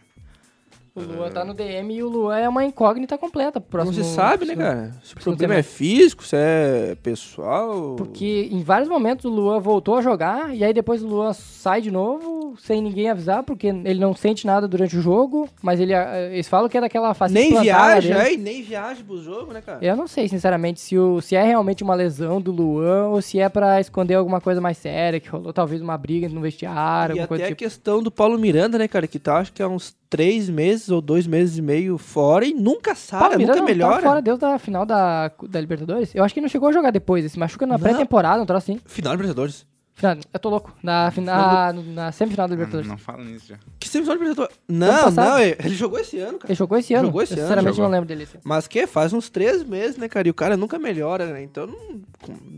Speaker 3: O Luan tá no DM e o Luan é uma incógnita completa. pro
Speaker 2: Não
Speaker 3: Próximo,
Speaker 2: se sabe, né,
Speaker 3: próximo-
Speaker 2: cara? Se o
Speaker 3: segundo
Speaker 2: problema é físico, se é pessoal.
Speaker 3: Porque em vários momentos o Luan voltou a jogar e aí depois o Luan sai de novo sem ninguém avisar, porque ele não sente nada durante o jogo, mas ele, ah, eles falam que é daquela face
Speaker 2: Nem
Speaker 3: plantada
Speaker 2: viaja,
Speaker 3: dele.
Speaker 2: é, e nem viaja pro jogo, né, cara?
Speaker 3: Eu não sei, sinceramente, se, o, se é realmente uma lesão do Luan ou se é pra esconder alguma coisa mais séria, que rolou talvez uma briga no vestiário,
Speaker 2: E
Speaker 3: alguma
Speaker 2: até
Speaker 3: coisa
Speaker 2: a
Speaker 3: do tipo.
Speaker 2: questão do Paulo Miranda, né, cara? Que tá, acho que há uns três meses ou dois meses e meio fora e nunca
Speaker 3: Paulo
Speaker 2: sara,
Speaker 3: Miranda
Speaker 2: Ah, nunca
Speaker 3: não
Speaker 2: melhora.
Speaker 3: Tá fora Deus da final da, da Libertadores. Eu acho que ele não chegou a jogar depois, ele se machuca na
Speaker 2: Não.
Speaker 3: pré-temporada, um troço assim.
Speaker 2: Final de Libertadores.
Speaker 3: Final, eu tô louco. Na, fina, na semifinal da
Speaker 4: Não,
Speaker 3: Libertadores.
Speaker 4: não fala nisso já.
Speaker 2: Que semifinal de Libertadores? Não,
Speaker 3: passado.
Speaker 2: não, ele ele jogou esse ano, cara.
Speaker 3: Ele jogou esse ano?
Speaker 2: Jogou esse
Speaker 3: eu,
Speaker 2: ano,
Speaker 3: sinceramente
Speaker 4: jogou.
Speaker 3: não lembro dele. assim. Esse ano.
Speaker 2: Mas que faz uns três meses, né, cara? E o cara nunca melhora, né? Então não,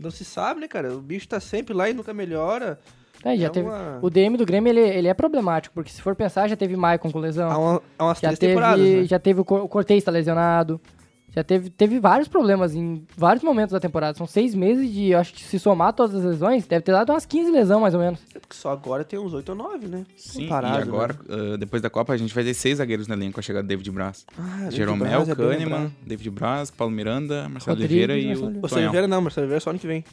Speaker 2: não se sabe, né, cara? O bicho tá sempre lá e nunca melhora.
Speaker 3: É, já
Speaker 2: É
Speaker 3: teve-
Speaker 2: uma-
Speaker 3: O DM do Grêmio, ele, ele é problemático, porque se for pensar, já teve Maicon com lesão,
Speaker 2: Há, uma- há umas
Speaker 3: já,
Speaker 2: três temporadas.
Speaker 3: teve,
Speaker 2: né?
Speaker 3: já teve o Cor- o Cortez tá lesionado, já teve, teve vários problemas em vários momentos da temporada. São seis meses de, eu acho que se somar todas as lesões, deve ter dado umas 15 lesões, mais ou menos.
Speaker 2: É porque só agora tem uns 8 ou 9, né?
Speaker 4: Sim, e
Speaker 2: Comparado,
Speaker 4: agora,
Speaker 2: né?
Speaker 4: ah, depois da Copa, a gente vai ter seis zagueiros na linha com a chegada do David Braz.
Speaker 2: Ah,
Speaker 4: Jeromel,
Speaker 2: David Braz é bem
Speaker 4: Kahneman,
Speaker 2: lembrado.
Speaker 4: David Braz, Paulo Miranda, Marcelo
Speaker 3: Rodrigues,
Speaker 4: Oliveira e
Speaker 3: Marcelo
Speaker 4: o
Speaker 2: Marcelo
Speaker 4: Tonhão.
Speaker 2: Oliveira não, Marcelo Oliveira é só ano que vem.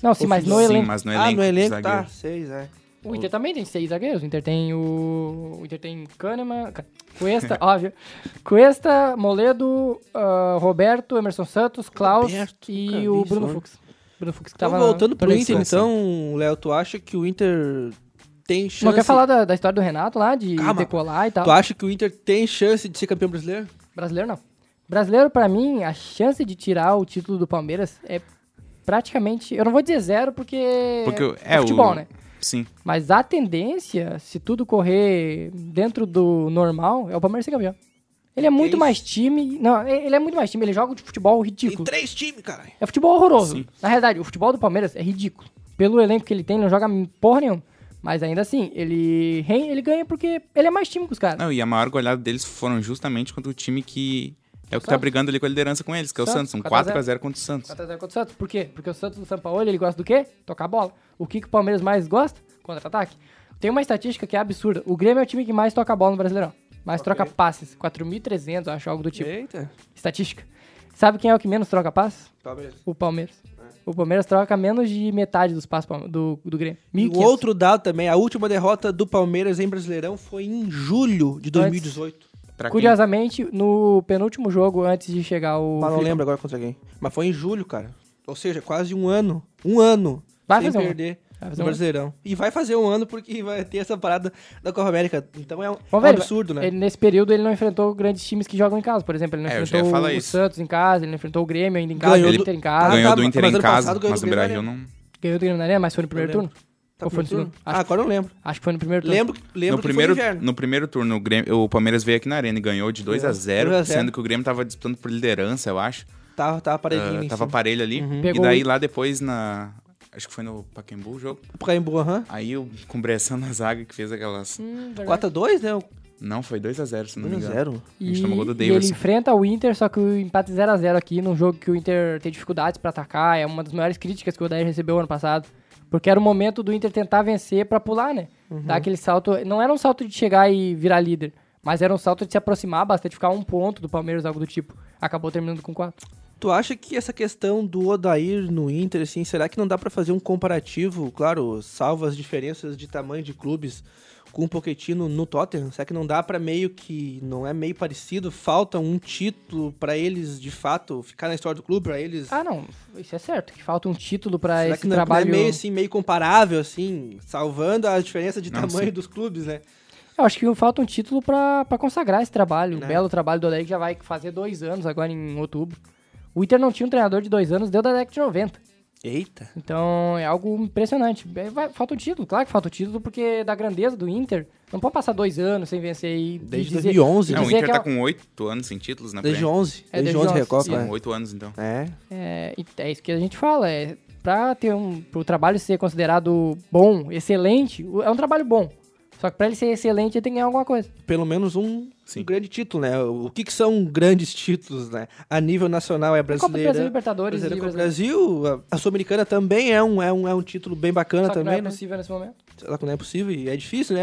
Speaker 3: Não, sim, mas no
Speaker 4: Sim,
Speaker 3: elenco.
Speaker 4: mas no
Speaker 2: ah,
Speaker 4: elenco,
Speaker 2: no elenco
Speaker 4: zagueiro.
Speaker 2: tá, 6, é.
Speaker 3: O Inter também tem seis zagueiros. O Inter tem o. O Inter tem Kahneman, Ca- Cuesta, óbvio. Cuesta, Moledo, ah, Roberto, Emerson Santos, Klaus
Speaker 2: Roberto, nunca vi
Speaker 3: e o
Speaker 2: isso,
Speaker 3: Bruno
Speaker 2: né?
Speaker 3: Fux. Bruno Fux que
Speaker 2: Então,
Speaker 3: tava na-
Speaker 2: voltando pro
Speaker 3: na-
Speaker 2: Inter,
Speaker 4: assim.
Speaker 2: então, Léo, tu acha que o Inter tem chance...
Speaker 3: Não quer falar da, da história do Renato lá, de
Speaker 2: Calma.
Speaker 3: decolar e tal.
Speaker 2: Tu acha que o Inter tem chance de ser campeão brasileiro?
Speaker 3: Brasileiro não. Brasileiro, pra mim, a chance de tirar o título do Palmeiras é praticamente. Eu não vou dizer zero, porque.
Speaker 4: Porque é,
Speaker 3: é futebol,
Speaker 4: o...
Speaker 3: né?
Speaker 4: Sim.
Speaker 3: Mas a tendência, se tudo correr dentro do normal, é o Palmeiras ser campeão. Ele é muito
Speaker 2: isso?
Speaker 3: mais time. Não, ele é muito mais time. Ele joga um futebol
Speaker 2: Tem
Speaker 3: ridículo.
Speaker 2: três times, caralho.
Speaker 3: É futebol horroroso.
Speaker 4: Sim.
Speaker 3: Na realidade, o futebol do Palmeiras é ridículo. Pelo elenco que ele tem, ele não joga porra nenhuma. Mas ainda assim, ele, re- ele ganha porque ele é mais time que os caras.
Speaker 4: Não, e a maior goleada deles foram justamente contra o time que é o que tá
Speaker 3: Santos.
Speaker 4: brigando ali com a liderança com eles, que é o
Speaker 3: Santos,
Speaker 4: Santos. Um
Speaker 3: 4 a 0.
Speaker 4: 4x0 contra o Santos.
Speaker 3: 4x0 contra o Santos. Por quê? Porque o Santos do Sampaoli, ele gosta do quê? Tocar bola. O que, que o Palmeiras mais gosta? Contra-ataque. Tem uma estatística que é absurda. O Grêmio é o time que mais toca bola no Brasileirão. Mais troca passes. 4.300, eu acho, algo do tipo.
Speaker 2: Eita.
Speaker 3: Estatística. Sabe quem é o que menos troca passes?
Speaker 2: Talvez.
Speaker 3: O Palmeiras. O Palmeiras troca menos de metade dos passes palme- do, do Grêmio.
Speaker 2: E o
Speaker 3: 1.500.
Speaker 2: outro dado também, a última derrota do Palmeiras em Brasileirão foi em julho de 2018.
Speaker 4: Pra quem-
Speaker 3: Curiosamente, no penúltimo jogo, antes de chegar
Speaker 2: Mas
Speaker 3: o...
Speaker 2: não
Speaker 3: Filipão.
Speaker 2: lembro agora contra quem. Mas foi em julho, cara. Ou seja, quase um ano. Um ano.
Speaker 3: Vai
Speaker 2: sem
Speaker 3: fazer um ano.
Speaker 2: perder
Speaker 3: Vai fazer
Speaker 2: no
Speaker 3: um
Speaker 2: Brasileirão. E vai fazer um ano porque vai ter essa parada da Copa América. Então é um,
Speaker 3: Bom,
Speaker 2: é um
Speaker 3: velho,
Speaker 2: absurdo, né?
Speaker 3: Ele, nesse período ele não enfrentou grandes times que jogam em casa, por exemplo. Ele não
Speaker 4: É, eu já ia
Speaker 3: enfrentou
Speaker 4: falar
Speaker 3: o
Speaker 4: isso.
Speaker 3: Santos em casa, ele não enfrentou o Grêmio ainda em casa,
Speaker 2: Ganhou
Speaker 3: o
Speaker 2: do-
Speaker 3: Inter em
Speaker 2: Ah,
Speaker 3: casa.
Speaker 4: ganhou
Speaker 2: tá,
Speaker 4: do Inter
Speaker 2: mas
Speaker 4: em
Speaker 2: ano
Speaker 4: casa,
Speaker 2: passado ganhou
Speaker 4: mas
Speaker 2: do
Speaker 4: o
Speaker 2: Grêmio né? na
Speaker 4: Brasil não.
Speaker 3: Ganhou do Grêmio na Arena, mas foi no primeiro
Speaker 2: Eu lembro.
Speaker 3: turno? Ou foi
Speaker 2: primeiro
Speaker 3: no segundo?
Speaker 2: turno?
Speaker 3: Acho,
Speaker 2: Ah, agora eu não lembro.
Speaker 3: acho que foi no primeiro turno.
Speaker 2: Lembro, lembro
Speaker 4: Então, No
Speaker 2: que
Speaker 4: primeiro,
Speaker 2: foi no inverno.
Speaker 4: no primeiro turno, o, Grêmio- o Palmeiras veio aqui na arena e ganhou de 2
Speaker 3: É,
Speaker 4: a 0
Speaker 2: 2 a 0.
Speaker 4: sendo que o Grêmio tava disputando por liderança, eu acho.
Speaker 2: Tava, tava
Speaker 4: Ah,
Speaker 2: paredinho em
Speaker 4: tava
Speaker 2: cima.
Speaker 4: aparelho ali. E
Speaker 3: Uhum. Pegou
Speaker 4: daí
Speaker 3: o-
Speaker 4: lá depois na. Acho que foi no Pacaembu o jogo.
Speaker 2: Pacaembu, aham.
Speaker 4: Aí o com o Bressan na zaga que fez aquelas.
Speaker 3: Hum, É verdade.
Speaker 2: 4x2, né?
Speaker 4: Não, foi 2x0, se não me engano.
Speaker 2: 1x0.
Speaker 4: A gente
Speaker 3: E-
Speaker 4: tomou gol do
Speaker 3: e ele
Speaker 4: Davidson.
Speaker 3: enfrenta o Inter, só que o empate 0x0 aqui, num jogo que o Inter tem dificuldades pra atacar, é uma das maiores críticas que o Odair recebeu ano passado. Porque era o momento do Inter tentar vencer pra pular, né?
Speaker 2: Uhum.
Speaker 3: Dar aquele salto. Não era um salto de chegar e virar líder, mas era um salto de se aproximar bastante, ficar um ponto do Palmeiras, algo do tipo. Acabou terminando com 4.
Speaker 2: Tu acha que essa questão do Odair no Inter, assim, será que não dá pra fazer um comparativo, claro, salvo as diferenças de tamanho de clubes, com o Pochettino no Tottenham? Será que não dá pra meio que, não é meio parecido, falta um título pra eles, de fato, ficar na história do clube, pra eles...
Speaker 3: Ah, não. Isso é certo, que falta um título pra
Speaker 2: será
Speaker 3: esse
Speaker 2: que não,
Speaker 3: trabalho.
Speaker 2: não é meio, assim, meio comparável, assim, salvando a diferença de
Speaker 4: Não,
Speaker 2: tamanho
Speaker 4: sim.
Speaker 2: dos clubes, né?
Speaker 3: Eu acho que falta um título pra pra consagrar esse trabalho.
Speaker 2: Né?
Speaker 3: O belo trabalho do Odair que já vai fazer dois anos agora em outubro. O Inter não tinha um treinador de dois anos, deu da década de 90.
Speaker 2: Eita!
Speaker 3: Então é algo impressionante. É, vai- falta um título, claro que falta um título, porque da grandeza do Inter, não pode passar dois anos sem vencer e. e
Speaker 2: Desde
Speaker 3: dizer-
Speaker 2: 2011,
Speaker 4: Não, o
Speaker 3: dizer
Speaker 4: Inter
Speaker 3: que é
Speaker 4: tá
Speaker 3: um-
Speaker 4: com 8 anos sem títulos, né?
Speaker 2: Desde
Speaker 4: Breno?
Speaker 2: 11,
Speaker 3: É,
Speaker 2: desde
Speaker 3: desde
Speaker 2: 11
Speaker 3: 11,
Speaker 2: Recopa,
Speaker 4: São
Speaker 2: né?
Speaker 4: 8 anos, então.
Speaker 2: É,
Speaker 3: É, e é isso que a gente fala. É, pra ter um. pro trabalho ser considerado bom, excelente, o- é um trabalho bom. Só que pra ele ser excelente, ele tem que ganhar alguma coisa.
Speaker 2: pelo menos um,
Speaker 4: Sim.
Speaker 2: um grande título, né? O que, que são grandes títulos, né? A nível nacional é
Speaker 3: Copa do Brasil,
Speaker 2: brasileira.
Speaker 3: Libertadores né?
Speaker 2: Brasileira
Speaker 3: e
Speaker 2: Copa do
Speaker 3: Brasileiro.
Speaker 2: Brasil, a- a Sul-Americana também é um, é, um, é um título bem bacana
Speaker 3: Só que
Speaker 2: também,
Speaker 3: não
Speaker 2: né?
Speaker 3: é possível nesse momento.
Speaker 2: Só que não é possível e é difícil, né?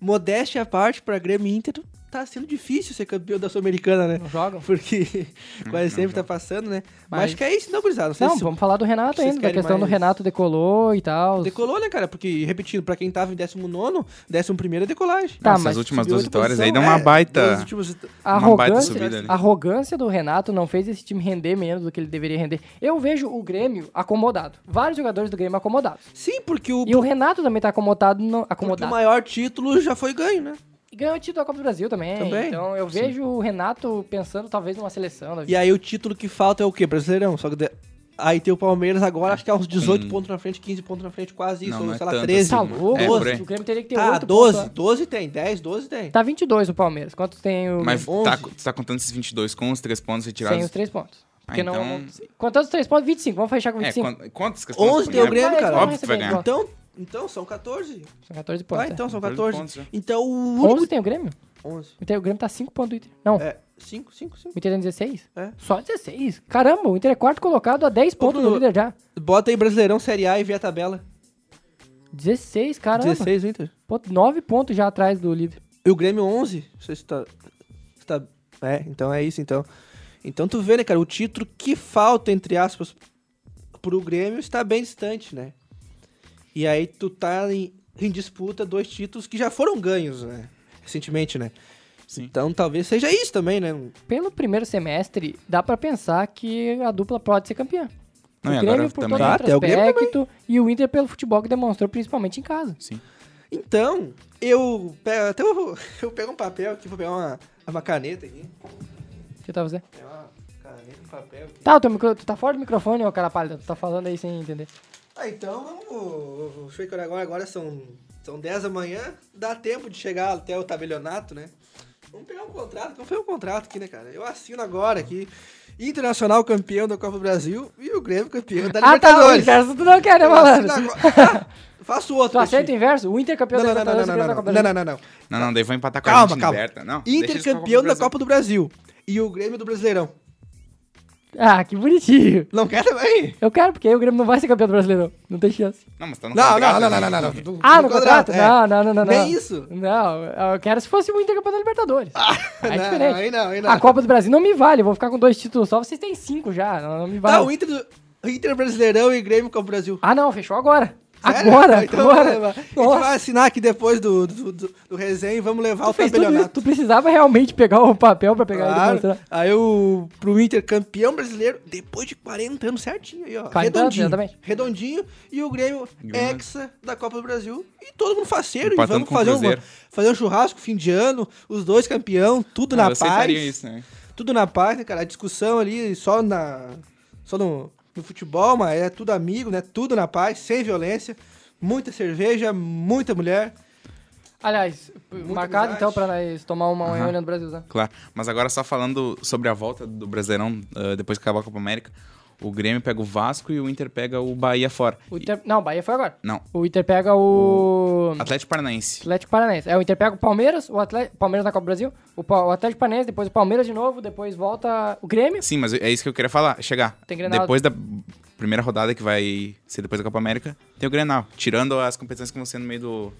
Speaker 2: Modéstia à parte para Grêmio e Inter, tá sendo difícil ser campeão da Sul-Americana, né?
Speaker 3: Não jogam.
Speaker 2: Porque quase sempre tá passando, né? Mas,
Speaker 3: Mas-
Speaker 2: acho que é isso, não, gurizada. Não sei
Speaker 3: Não,
Speaker 2: se
Speaker 3: vamos falar do Renato
Speaker 2: vocês
Speaker 3: ainda, da
Speaker 2: querem
Speaker 3: questão do
Speaker 2: mais-
Speaker 3: Renato decolou e tal.
Speaker 2: decolou, né, cara? Porque, repetindo, para quem tava em 19, 11 é decolagem.
Speaker 3: Tá,
Speaker 4: Nossa,
Speaker 3: mas
Speaker 4: as últimas
Speaker 3: subiu
Speaker 4: duas
Speaker 3: outra
Speaker 4: vitórias aí
Speaker 3: posição.
Speaker 4: dá uma
Speaker 2: É,
Speaker 4: baita.
Speaker 2: dos últimos-
Speaker 3: A
Speaker 4: Uma baita
Speaker 3: arrogância,
Speaker 4: subida ali.
Speaker 3: a arrogância do Renato não fez esse time render menos do que ele deveria render. Eu vejo o Grêmio acomodado. Vários jogadores do Grêmio acomodados.
Speaker 2: Sim, porque o,
Speaker 3: E o Renato também tá acomodado. Não,
Speaker 2: porque o
Speaker 3: acomodado.
Speaker 2: maior título já foi ganho, né?
Speaker 3: E Ganhou o título da Copa do Brasil também.
Speaker 2: Também,
Speaker 3: Então eu vejo o Renato pensando talvez numa seleção. Da
Speaker 2: E
Speaker 3: vida.
Speaker 2: aí o título que falta é o quê? Brasileirão. Só que de- aí tem o Palmeiras agora, acho que é uns 18 pontos na frente, 15 pontos na frente, quase isso.
Speaker 4: Hum. Não,
Speaker 2: ou
Speaker 4: não é
Speaker 2: sei lá,
Speaker 4: tanto
Speaker 2: 13.
Speaker 3: Tá
Speaker 4: assim, mano.
Speaker 3: louco?
Speaker 4: É, por aí.
Speaker 3: o Grêmio teria que ter
Speaker 2: Tá,
Speaker 3: outro
Speaker 2: 12.
Speaker 3: ponto.
Speaker 2: 12 tem, 10, 12 tem.
Speaker 3: Tá 22 o Palmeiras. Quantos tem o
Speaker 4: Mas
Speaker 2: Grêmio,
Speaker 4: tá,
Speaker 2: 11.
Speaker 4: tu tá contando esses 22 com os 3 pontos retirados?
Speaker 3: né? sem os três pontos? Porque
Speaker 4: Ah,
Speaker 3: não,
Speaker 4: então-
Speaker 3: não... Contando os três pontos, 25. Vamos fechar com
Speaker 4: É,
Speaker 3: 25.
Speaker 4: quan- quantos? que
Speaker 2: 11 tem o
Speaker 4: né?
Speaker 2: Grêmio, cara.
Speaker 4: Óbvio que vai ganhar.
Speaker 2: Então, então são 14.
Speaker 3: São 14
Speaker 2: Tá,
Speaker 3: pontos.
Speaker 2: então são
Speaker 4: 14
Speaker 2: 14.
Speaker 4: pontos, né? já.
Speaker 2: Então o
Speaker 3: 11
Speaker 2: único...
Speaker 3: tem o Grêmio?
Speaker 2: 11.
Speaker 3: Então, o Grêmio tá 5 pontos do Inter. Não,
Speaker 2: É, 5, 5, 5.
Speaker 3: o Inter tem 16?
Speaker 2: É.
Speaker 3: Só 16? Caramba, o Inter é quarto colocado a 10 pontos
Speaker 2: Bruno,
Speaker 3: do líder já.
Speaker 2: Bota aí Brasileirão Série A e vê a tabela.
Speaker 3: 16, caramba.
Speaker 2: 16, Inter.
Speaker 3: 9 pontos já atrás do líder.
Speaker 2: E o Grêmio 11, não sei se tá, se tá- É, então é isso, então. Então tu vê, né, cara, o título que falta, entre aspas, pro Grêmio está bem distante, né? E aí tu tá em, em disputa dois títulos que já foram ganhos, né? Recentemente, né?
Speaker 4: Sim.
Speaker 2: Então talvez seja isso também, né?
Speaker 3: Pelo primeiro semestre, dá pra pensar que a dupla pode ser campeã.
Speaker 4: Não, e
Speaker 3: o
Speaker 4: agora
Speaker 3: Grêmio por
Speaker 4: também-
Speaker 3: todo
Speaker 2: Tá, até o
Speaker 3: outro
Speaker 2: Grêmio
Speaker 3: aspecto e o Inter pelo futebol que demonstrou principalmente em casa.
Speaker 4: Sim.
Speaker 2: Então, eu pego, até vou, eu pego um papel aqui, vou pegar uma, uma caneta aqui.
Speaker 3: O que eu tava dizendo?
Speaker 2: É uma caneta, um papel aqui.
Speaker 3: Tá, o teu micro... tu tá fora do microfone, ô cara palha. Tu tá falando aí sem entender.
Speaker 2: Ah, então vamos. Deixa eu ver agora, agora são, são 10 da manhã. Dá tempo de chegar até o tabelionato, né? Vamos pegar um contrato, vamos pegar um contrato aqui, né, cara? Eu assino agora aqui. Internacional campeão da Copa do Brasil e o Grêmio campeão da
Speaker 3: ah, tá, o
Speaker 2: Libertadores.
Speaker 3: inverso tu não quer, né,
Speaker 2: Eu assino
Speaker 3: malandro?
Speaker 2: agora- Ah, Faça o outro.
Speaker 3: Tu
Speaker 2: pra ti.
Speaker 3: aceita o inverso? O Inter é campeão
Speaker 2: não, não, não,
Speaker 3: da
Speaker 2: não,
Speaker 3: Libertadores
Speaker 2: não,
Speaker 3: e campeão
Speaker 2: não,
Speaker 3: da Copa do
Speaker 2: não, não,
Speaker 3: Brasil.
Speaker 2: não, não.
Speaker 4: Não, não, daí vou empatar com a
Speaker 2: Calma,
Speaker 4: Argentina
Speaker 2: calma.
Speaker 4: aberta. Não, deixa
Speaker 2: Inter
Speaker 4: eles com a
Speaker 2: campeão
Speaker 4: do
Speaker 2: da
Speaker 4: Brasil.
Speaker 2: Copa do Brasil e o Grêmio do Brasileirão.
Speaker 3: Ah, que bonitinho.
Speaker 2: Não quer também?
Speaker 3: Eu quero, porque aí o Grêmio não vai ser campeão do Brasileirão. Não tem chance.
Speaker 4: Não, mas tá no
Speaker 2: Não, não,
Speaker 4: contrato,
Speaker 2: não,
Speaker 4: né?
Speaker 2: não, não, não, não. Do-
Speaker 3: Ah,
Speaker 2: do
Speaker 3: no contrato?
Speaker 2: é.
Speaker 3: Não, não, não, não, não.
Speaker 2: Nem isso. Ah,
Speaker 3: Não, eu quero se fosse o Inter campeão da Libertadores. Aí é
Speaker 2: não,
Speaker 3: diferente.
Speaker 2: aí não, aí não.
Speaker 3: A Copa do Brasil não me vale, eu vou ficar com dois títulos só, vocês têm cinco já, não, não me vale.
Speaker 2: Tá, o Inter, do- Inter Brasileirão e Grêmio Copa do Brasil.
Speaker 3: Ah não, fechou agora.
Speaker 2: Sério?
Speaker 3: Agora,
Speaker 2: Então, vai,
Speaker 3: agora.
Speaker 2: vai. A gente
Speaker 3: Nossa,
Speaker 2: vai assinar aqui depois do, do, do, do resenha e vamos levar
Speaker 3: tu
Speaker 2: o
Speaker 3: fez tudo isso,
Speaker 2: tabelionato.
Speaker 3: tu precisava realmente pegar o né? papel pra pegar ele e
Speaker 2: Claro.
Speaker 3: mostrar.
Speaker 2: Aí o pro Inter campeão brasileiro depois de 40 anos certinho aí, ó.
Speaker 3: 40 anos,
Speaker 2: redondinho.
Speaker 3: exatamente.
Speaker 2: redondinho e o Grêmio
Speaker 4: Grêmio.
Speaker 2: hexa da Copa do Brasil e todo mundo faceiro e
Speaker 4: Empatando
Speaker 2: vamos
Speaker 4: com o
Speaker 2: fazer um,
Speaker 4: Cruzeiro.
Speaker 2: fazer um churrasco fim de ano, os dois campeão, tudo
Speaker 4: Ah,
Speaker 2: na
Speaker 4: eu aceitaria
Speaker 2: paz.
Speaker 4: isso, né?
Speaker 2: Tudo na paz, né, cara? A discussão ali só na só no, no futebol, mas é tudo amigo, né? Tudo na paz, sem violência, muita cerveja, muita mulher.
Speaker 3: Aliás, marcado
Speaker 2: amizade.
Speaker 3: então pra nós tomar uma manhã
Speaker 4: Aham.
Speaker 3: olhando o Brasil, né?
Speaker 4: Claro. Mas agora só falando sobre a volta do Brasileirão, ah, depois que acabar a Copa América, o Grêmio pega o Vasco e o Inter pega o Bahia fora.
Speaker 3: O Inter... Não, o Bahia foi agora.
Speaker 4: E- Não,
Speaker 3: O Inter pega o...
Speaker 4: Atlético Paranaense.
Speaker 3: Atlético Paranaense. É, o Inter pega o Palmeiras, o Atlético... Palmeiras na Copa do Brasil, o, Pa- o Atlético Paranaense, depois o Palmeiras de novo, depois volta o Grêmio.
Speaker 4: Sim, mas é isso que eu queria falar. Chegar.
Speaker 3: Tem Grenal.
Speaker 4: Depois da primeira rodada, que vai ser depois da Copa América, tem o Grenal. Tirando as competições que vão ser no meio do.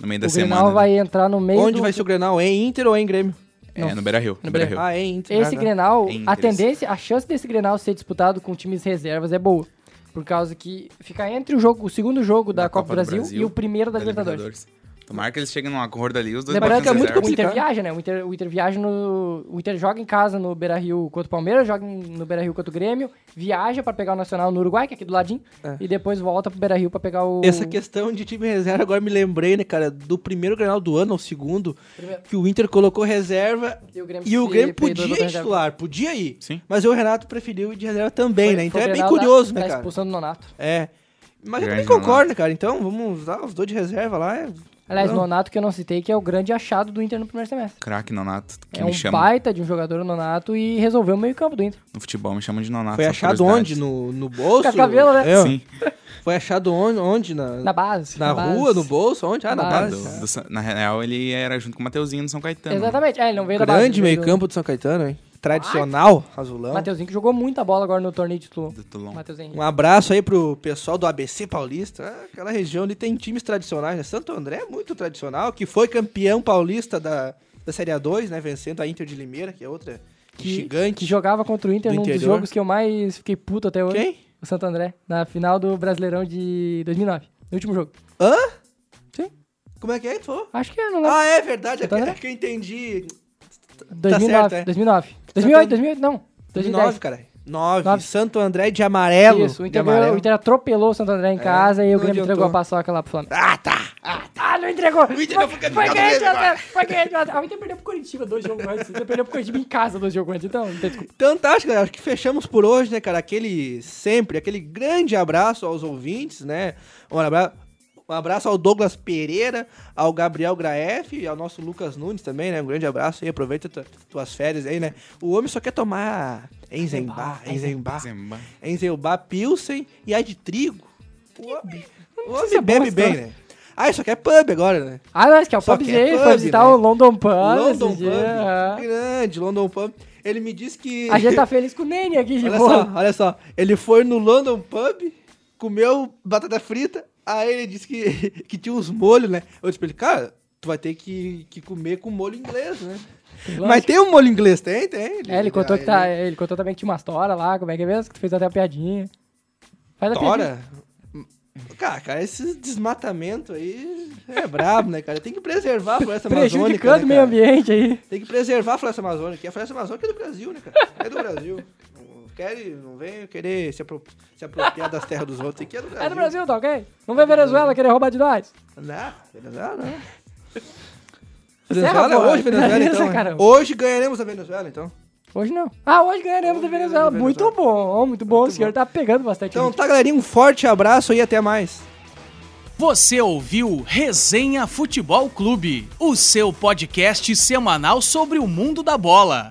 Speaker 4: No meio da
Speaker 3: o
Speaker 4: semana.
Speaker 3: Grenal
Speaker 4: né?
Speaker 3: vai entrar no meio
Speaker 2: Onde
Speaker 3: do...
Speaker 2: vai ser o Grenal? É em Inter ou é em Grêmio?
Speaker 4: É, no Beira Rio.
Speaker 3: No
Speaker 4: No
Speaker 3: Beira-
Speaker 4: Beira Rio.
Speaker 2: Ah, é em Inter.
Speaker 3: Esse
Speaker 2: Ah, tá.
Speaker 3: Grenal,
Speaker 4: É
Speaker 3: a
Speaker 4: interessante.
Speaker 3: tendência, a chance desse Grenal ser disputado com times reservas é boa. Por causa que fica entre o jogo, o segundo jogo da, Copa, do Brasil, e o primeiro da, Libertadores.
Speaker 4: Tomara que eles cheguem num acordo ali, os dois
Speaker 3: Lembrando
Speaker 4: batem
Speaker 3: que
Speaker 2: é muito
Speaker 4: zero.
Speaker 3: o Inter
Speaker 2: complicado.
Speaker 3: viaja, né? O Inter, o Inter viaja no. O Inter joga em casa no Beira Rio contra o Palmeiras, joga em- no Beira Rio contra o Grêmio, viaja pra pegar o Nacional no Uruguai, que é aqui do ladinho,
Speaker 2: É.
Speaker 3: e depois volta pro Beira Rio pra pegar o.
Speaker 2: Essa questão de time reserva, agora me lembrei, né, cara, do primeiro Grenal do ano, ao segundo,
Speaker 3: Primeiro.
Speaker 2: que o Inter colocou reserva
Speaker 3: E o Grêmio
Speaker 2: e o
Speaker 3: se
Speaker 2: Grêmio
Speaker 3: peidou da
Speaker 2: podia ir
Speaker 3: reserva.
Speaker 2: titular, podia ir.
Speaker 4: Sim.
Speaker 2: Mas o Renato preferiu ir de reserva também,
Speaker 3: Foi-
Speaker 2: né? Então
Speaker 3: foi
Speaker 2: é bem
Speaker 3: Grenal
Speaker 2: curioso,
Speaker 3: da,
Speaker 2: né,
Speaker 3: da
Speaker 2: cara?
Speaker 3: expulsão do Nonato.
Speaker 2: É. Mas eu também
Speaker 4: Grande
Speaker 2: concordo, né, cara? Então vamos usar os dois de reserva lá. é-
Speaker 3: Aliás, o
Speaker 2: Não.
Speaker 3: Nonato que eu não citei, que é o grande achado do Inter no primeiro semestre.
Speaker 4: Craque Nonato, que
Speaker 3: é
Speaker 4: me
Speaker 3: um
Speaker 4: chama.
Speaker 3: baita de um jogador o Nonato e resolveu o meio-campo do Inter.
Speaker 4: No futebol me chamam de Nonato.
Speaker 2: Foi
Speaker 4: só
Speaker 2: achado
Speaker 4: curiosidade.
Speaker 2: onde? No, no bolso?
Speaker 3: Cascavelo, né?
Speaker 2: É, ó.
Speaker 4: Sim,
Speaker 2: Foi achado onde? onde? Na,
Speaker 3: Na
Speaker 2: na,
Speaker 3: base.
Speaker 2: rua,
Speaker 3: base.
Speaker 2: no bolso? Onde? Ah, na
Speaker 3: Na
Speaker 2: base.
Speaker 4: do- do Sa- na real, ele era junto com o Mateuzinho no São Caetano.
Speaker 3: Exatamente. É, ele não veio da base.
Speaker 2: Grande
Speaker 3: ele veio do-
Speaker 2: meio-campo do São Caetano, hein? Tradicional, azulão.
Speaker 3: Mateuzinho que jogou muita bola agora no torneio de Tulum.
Speaker 4: Do Toulon.
Speaker 3: Matheus Henrique.
Speaker 2: Um abraço aí pro pessoal do ABC Paulista. Ah, Aquela região ali tem times tradicionais, né? Santo André é muito tradicional, que foi campeão paulista da, da Série A2, né? Vencendo a Inter de Limeira, que é outra
Speaker 3: Que
Speaker 2: gigante.
Speaker 3: jogava contra o Inter
Speaker 2: Do
Speaker 3: num dos
Speaker 2: interior.
Speaker 3: jogos que eu mais fiquei puto até hoje.
Speaker 2: Quem?
Speaker 3: O Santo André. Na final do Brasileirão de 2009. No último jogo.
Speaker 2: Hã?
Speaker 3: Sim.
Speaker 2: Como é que é, tu falou?
Speaker 3: Acho que é, não lembro.
Speaker 2: Ah, é verdade,
Speaker 3: Santo
Speaker 2: é
Speaker 3: André?
Speaker 2: que eu entendi.
Speaker 3: 2009,
Speaker 2: certo, é.
Speaker 3: 2009.
Speaker 2: André-
Speaker 3: 2008, 2008, não.
Speaker 2: 2009,
Speaker 3: 2010.
Speaker 2: cara. 9.
Speaker 3: Nove.
Speaker 2: Santo André de amarelo.
Speaker 3: Isso, o
Speaker 2: de
Speaker 3: Inter, ganhou-
Speaker 2: amarelo. É,
Speaker 3: o Inter atropelou o Santo André em casa e o
Speaker 2: não
Speaker 3: Grêmio
Speaker 2: adiantou.
Speaker 3: entregou a paçoca lá pro Flamengo.
Speaker 2: Ah, tá.
Speaker 3: Ah, não entregou! O
Speaker 2: Inter não foi campeão
Speaker 3: ganhar de
Speaker 2: mesmo,
Speaker 3: azar, Foi ganhar de azar. Ah, O Inter perdeu pro Curitiba dois jogos antes. O Inter perdeu pro Curitiba em casa dois jogos antes. Então, não tem desculpa.
Speaker 2: Então tá, acho que, acho que fechamos por hoje, né, cara? Aquele sempre, aquele grande abraço aos ouvintes, né? Um abraço, um abraço ao Douglas Pereira, ao Gabriel Graef e ao nosso Lucas Nunes também, né? Um grande abraço aí, aproveita tu, tuas férias aí, né? O homem só quer tomar Enzembar, Enzembar,
Speaker 4: Zemba.
Speaker 2: Enzembar Pilsen e a de trigo. O homem, o homem
Speaker 3: precisa ser é bom
Speaker 2: bebe
Speaker 3: essa
Speaker 2: bem,
Speaker 3: história.
Speaker 2: né? Ah, isso aqui é pub agora, né?
Speaker 3: Ah, não, acho que é o
Speaker 2: Só
Speaker 3: Pub
Speaker 2: que
Speaker 3: J,
Speaker 2: é
Speaker 3: foi
Speaker 2: pub,
Speaker 3: visitar
Speaker 2: né?
Speaker 3: o London Pub.
Speaker 2: London
Speaker 3: esse
Speaker 2: Pub,
Speaker 3: dia, aham.
Speaker 2: grande, London Pub. Ele me disse que...
Speaker 3: A gente tá feliz com o Nene aqui de
Speaker 2: Olha
Speaker 3: boa.
Speaker 2: só, olha só. Ele foi no London Pub, comeu batata frita, aí ele disse que, que tinha uns molhos, né? Eu disse pra ele, cara, tu vai ter que, que comer com molho inglês, né? Mas tem um molho inglês, tem, tem.
Speaker 3: É, ele contou que tá.
Speaker 2: ele-
Speaker 3: Ele contou também que tinha umas tora lá, como é que é mesmo? Que tu fez até a piadinha. Faz a piadinha.
Speaker 2: Tora. Hum. Cara, cara, esse desmatamento aí é brabo, né, cara? Tem que preservar a floresta amazônica.
Speaker 3: Prejudicando
Speaker 2: né,
Speaker 3: o meio
Speaker 2: cara?
Speaker 3: ambiente aí.
Speaker 2: Tem que preservar a floresta amazônica. E a floresta amazônica é do Brasil, né, cara? É do Brasil. Não quer, não vem querer se, apro- se apropriar das terras dos outros. Tem que é do Brasil.
Speaker 3: É do Brasil, tá ok? Não vê Venezuela querer roubar de nós.
Speaker 2: Não, Venezuela não.
Speaker 3: Serra,
Speaker 2: Venezuela é
Speaker 3: porra.
Speaker 2: hoje, Venezuela
Speaker 3: Beleza,
Speaker 2: então.
Speaker 3: cara.
Speaker 2: é. Hoje ganharemos a Venezuela então.
Speaker 3: Hoje não. Ah, hoje ganharemos da
Speaker 2: Hoje
Speaker 3: Venezuela.
Speaker 2: ganharemos da
Speaker 3: Muito
Speaker 2: Venezuela.
Speaker 3: bom, muito bom. o senhor tá pegando bastante.
Speaker 2: Então
Speaker 3: gente.
Speaker 2: tá, galerinha, um forte abraço e até mais.
Speaker 1: Você ouviu Resenha Futebol Clube, o seu podcast semanal sobre o mundo da bola.